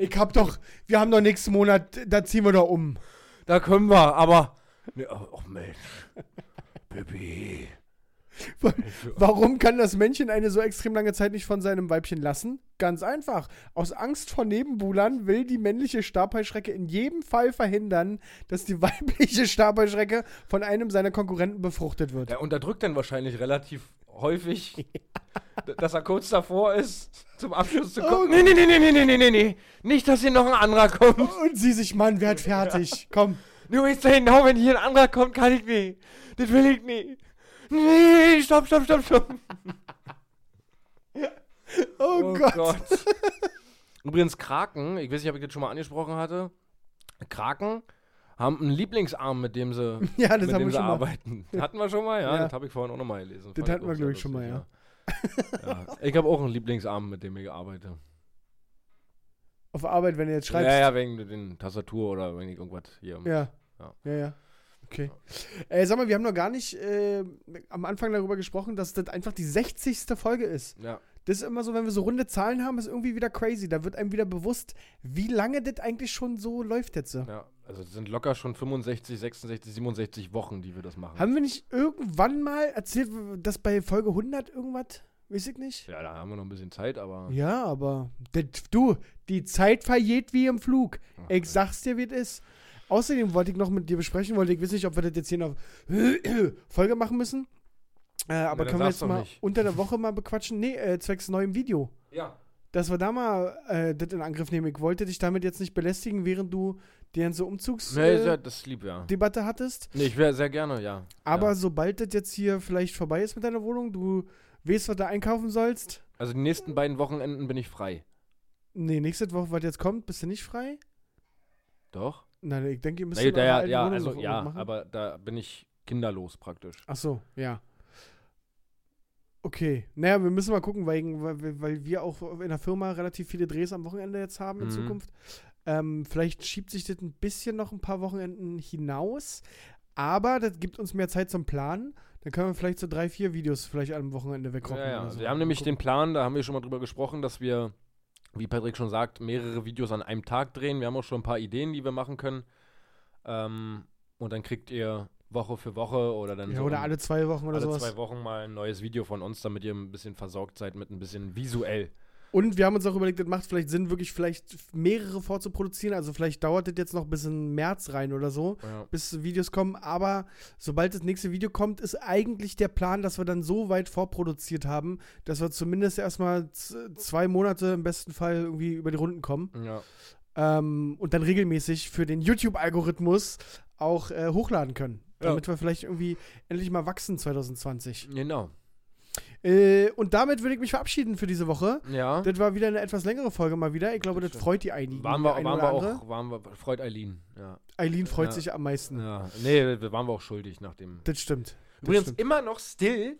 Ich hab doch, wir haben doch nächsten Monat, da ziehen wir doch um.
da können wir, aber. Nee, oh, oh Mensch. Baby.
Warum kann das Männchen eine so extrem lange Zeit nicht von seinem Weibchen lassen? Ganz einfach. Aus Angst vor Nebenbuhlern will die männliche Stabheuschrecke in jedem Fall verhindern, dass die weibliche Stabheuschrecke von einem seiner Konkurrenten befruchtet wird.
Der unterdrückt dann wahrscheinlich relativ häufig, d- dass er kurz davor ist, zum Abschluss zu kommen. Oh Nee, nee, nee, nee, nee, nee, nee, nee. Nicht, dass hier noch ein anderer kommt.
Und sie sich, Mann, wer hat fertig? Komm,
Du willst da genau, wenn hier ein anderer kommt, kann ich nicht. Das will ich nicht. Nee, stopp, stopp, stopp, stopp.
Oh, Gott.
Übrigens, Kraken, ich weiß nicht, ob ich das schon mal angesprochen hatte. Kraken haben einen Lieblingsarm, mit dem sie,
Ja, das
mit
haben
dem
wir
sie
schon mal.
arbeiten. Hatten wir schon mal, ja.
Ja.
Das habe ich vorhin auch nochmal gelesen.
Das
Fand ich
hatten wir,
auch sehr
glaub ich, schon
lustig,
mal,
ja. ja. Ich habe auch einen Lieblingsarm, mit dem ich arbeite.
Auf der Arbeit, wenn du jetzt schreibst.
Ja, ja, wegen den Tastatur oder wenn ich irgendwas hier.
Ja.
Ja.
Ja, ja. Okay. Äh, sag mal, wir haben noch gar nicht äh, am Anfang darüber gesprochen, dass das einfach die 60. Folge ist.
Ja.
Das ist immer so, wenn wir so runde Zahlen haben, ist irgendwie wieder crazy. Da wird einem wieder bewusst, wie lange das eigentlich schon so läuft jetzt. so.
ja. Also es sind locker schon 65, 66, 67 Wochen, die wir das machen.
Haben wir nicht irgendwann mal erzählt, dass bei Folge 100 irgendwas? Weiß ich nicht.
ja, da haben wir noch ein bisschen Zeit, aber.
Ja, aber das, du, die Zeit vergeht wie im Flug.
Ach,
Ich sag's dir, wie es ist. Außerdem wollte ich noch mit dir besprechen, wollte ich weiß nicht, ob wir das jetzt hier noch Folge machen müssen. Äh, aber
dann
können wir
sag's
jetzt
doch
mal
nicht.
unter der Woche mal bequatschen? Nee, äh, zwecks neuem Video.
Ja.
Dass wir da mal äh, das in Angriff nehmen. Ich wollte dich damit jetzt nicht belästigen, während du die ganze
Nee, ist
Umzugsdebatte
ja,
äh,
das ist lieb, ja.
Debatte hattest.
Nee, ich wäre sehr gerne, ja.
Aber
ja.
sobald das jetzt hier vielleicht vorbei ist mit deiner Wohnung, du weißt, was du einkaufen sollst.
Also die nächsten beiden Wochenenden bin ich frei.
Nee, nächste Woche, was jetzt kommt, bist du nicht frei?
Doch?
Nein, ich denke, ihr müsst
Na
in
gut, ja,
eurer
ja,
alten
ja,
Wohnung
also
noch
ja,
machen.
aber da bin ich kinderlos praktisch.
Ach so, ja. Okay. Naja, wir müssen mal gucken, weil, weil, weil wir auch in der Firma relativ viele Drehs am Wochenende jetzt haben in
Mhm.
Zukunft. Ähm, vielleicht schiebt sich das ein bisschen noch ein paar Wochenenden hinaus, aber das gibt uns mehr Zeit zum Planen. Dann können wir vielleicht so drei, vier Videos vielleicht am Wochenende wegkochen.
Ja, ja.
oder so.
Wir haben nämlich
Mal
den
gucken.
Plan, da haben wir schon mal drüber gesprochen, dass wir, wie Patrick schon sagt, mehrere Videos an einem Tag drehen. Wir haben auch schon ein paar Ideen, die wir machen können. Ähm, und dann kriegt ihr Woche für Woche oder dann
Ja,
so
oder
um-
alle zwei Wochen oder
alle
sowas.
zwei Wochen mal ein neues Video von uns, damit ihr ein bisschen versorgt seid mit ein bisschen visuell.
Und wir haben uns auch überlegt, das macht vielleicht Sinn, wirklich vielleicht mehrere vorzuproduzieren. Also vielleicht dauert das jetzt noch bis in März rein oder so.
Ja.
bis Videos kommen, aber sobald das nächste Video kommt, ist eigentlich der Plan, dass wir dann so weit vorproduziert haben, dass wir zumindest erstmal z- zwei Monate im besten Fall irgendwie über die Runden kommen
ja.
ähm, und dann regelmäßig für den YouTube-Algorithmus auch äh, hochladen können.
Ja.
Damit wir vielleicht irgendwie endlich mal wachsen 2020.
Genau.
Äh, und damit würde ich mich verabschieden für diese Woche.
Ja.
Das war wieder eine etwas längere Folge mal wieder. Ich glaube,
Das
das freut die einigen.
Waren wir,
der eine
waren
oder
wir
andere.
auch, waren wir, freut Eileen. Ja.
Eileen freut
Ja.
sich am meisten.
ja. Nee, wir waren wir auch schuldig nach dem.
Das stimmt.
Übrigens,
stimmt.
immer noch still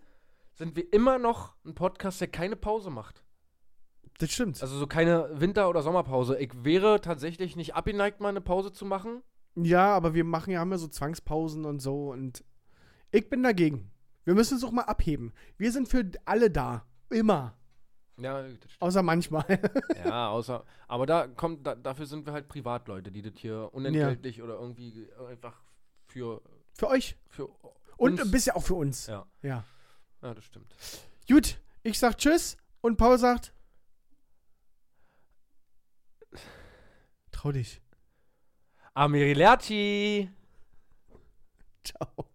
sind wir immer noch ein Podcast, der keine Pause macht.
Das stimmt.
Also so keine Winter- oder Sommerpause. Ich wäre tatsächlich nicht abgeneigt, mal eine Pause zu machen.
Ja, aber wir machen ja, haben ja so Zwangspausen und so und ich bin dagegen. Wir müssen es auch mal abheben. Wir sind für alle da. Immer.
Ja, das stimmt.
Außer manchmal.
ja außer. Aber da kommt, da, dafür sind wir halt Privatleute, die das hier unentgeltlich oder irgendwie einfach für.
für euch.
für
Und ein
uns-
bisschen auch für uns.
Ja.
ja.
Ja, das stimmt.
Gut, ich sag Tschüss und Paul sagt. Trau dich.
Amirilerci!
Ciao.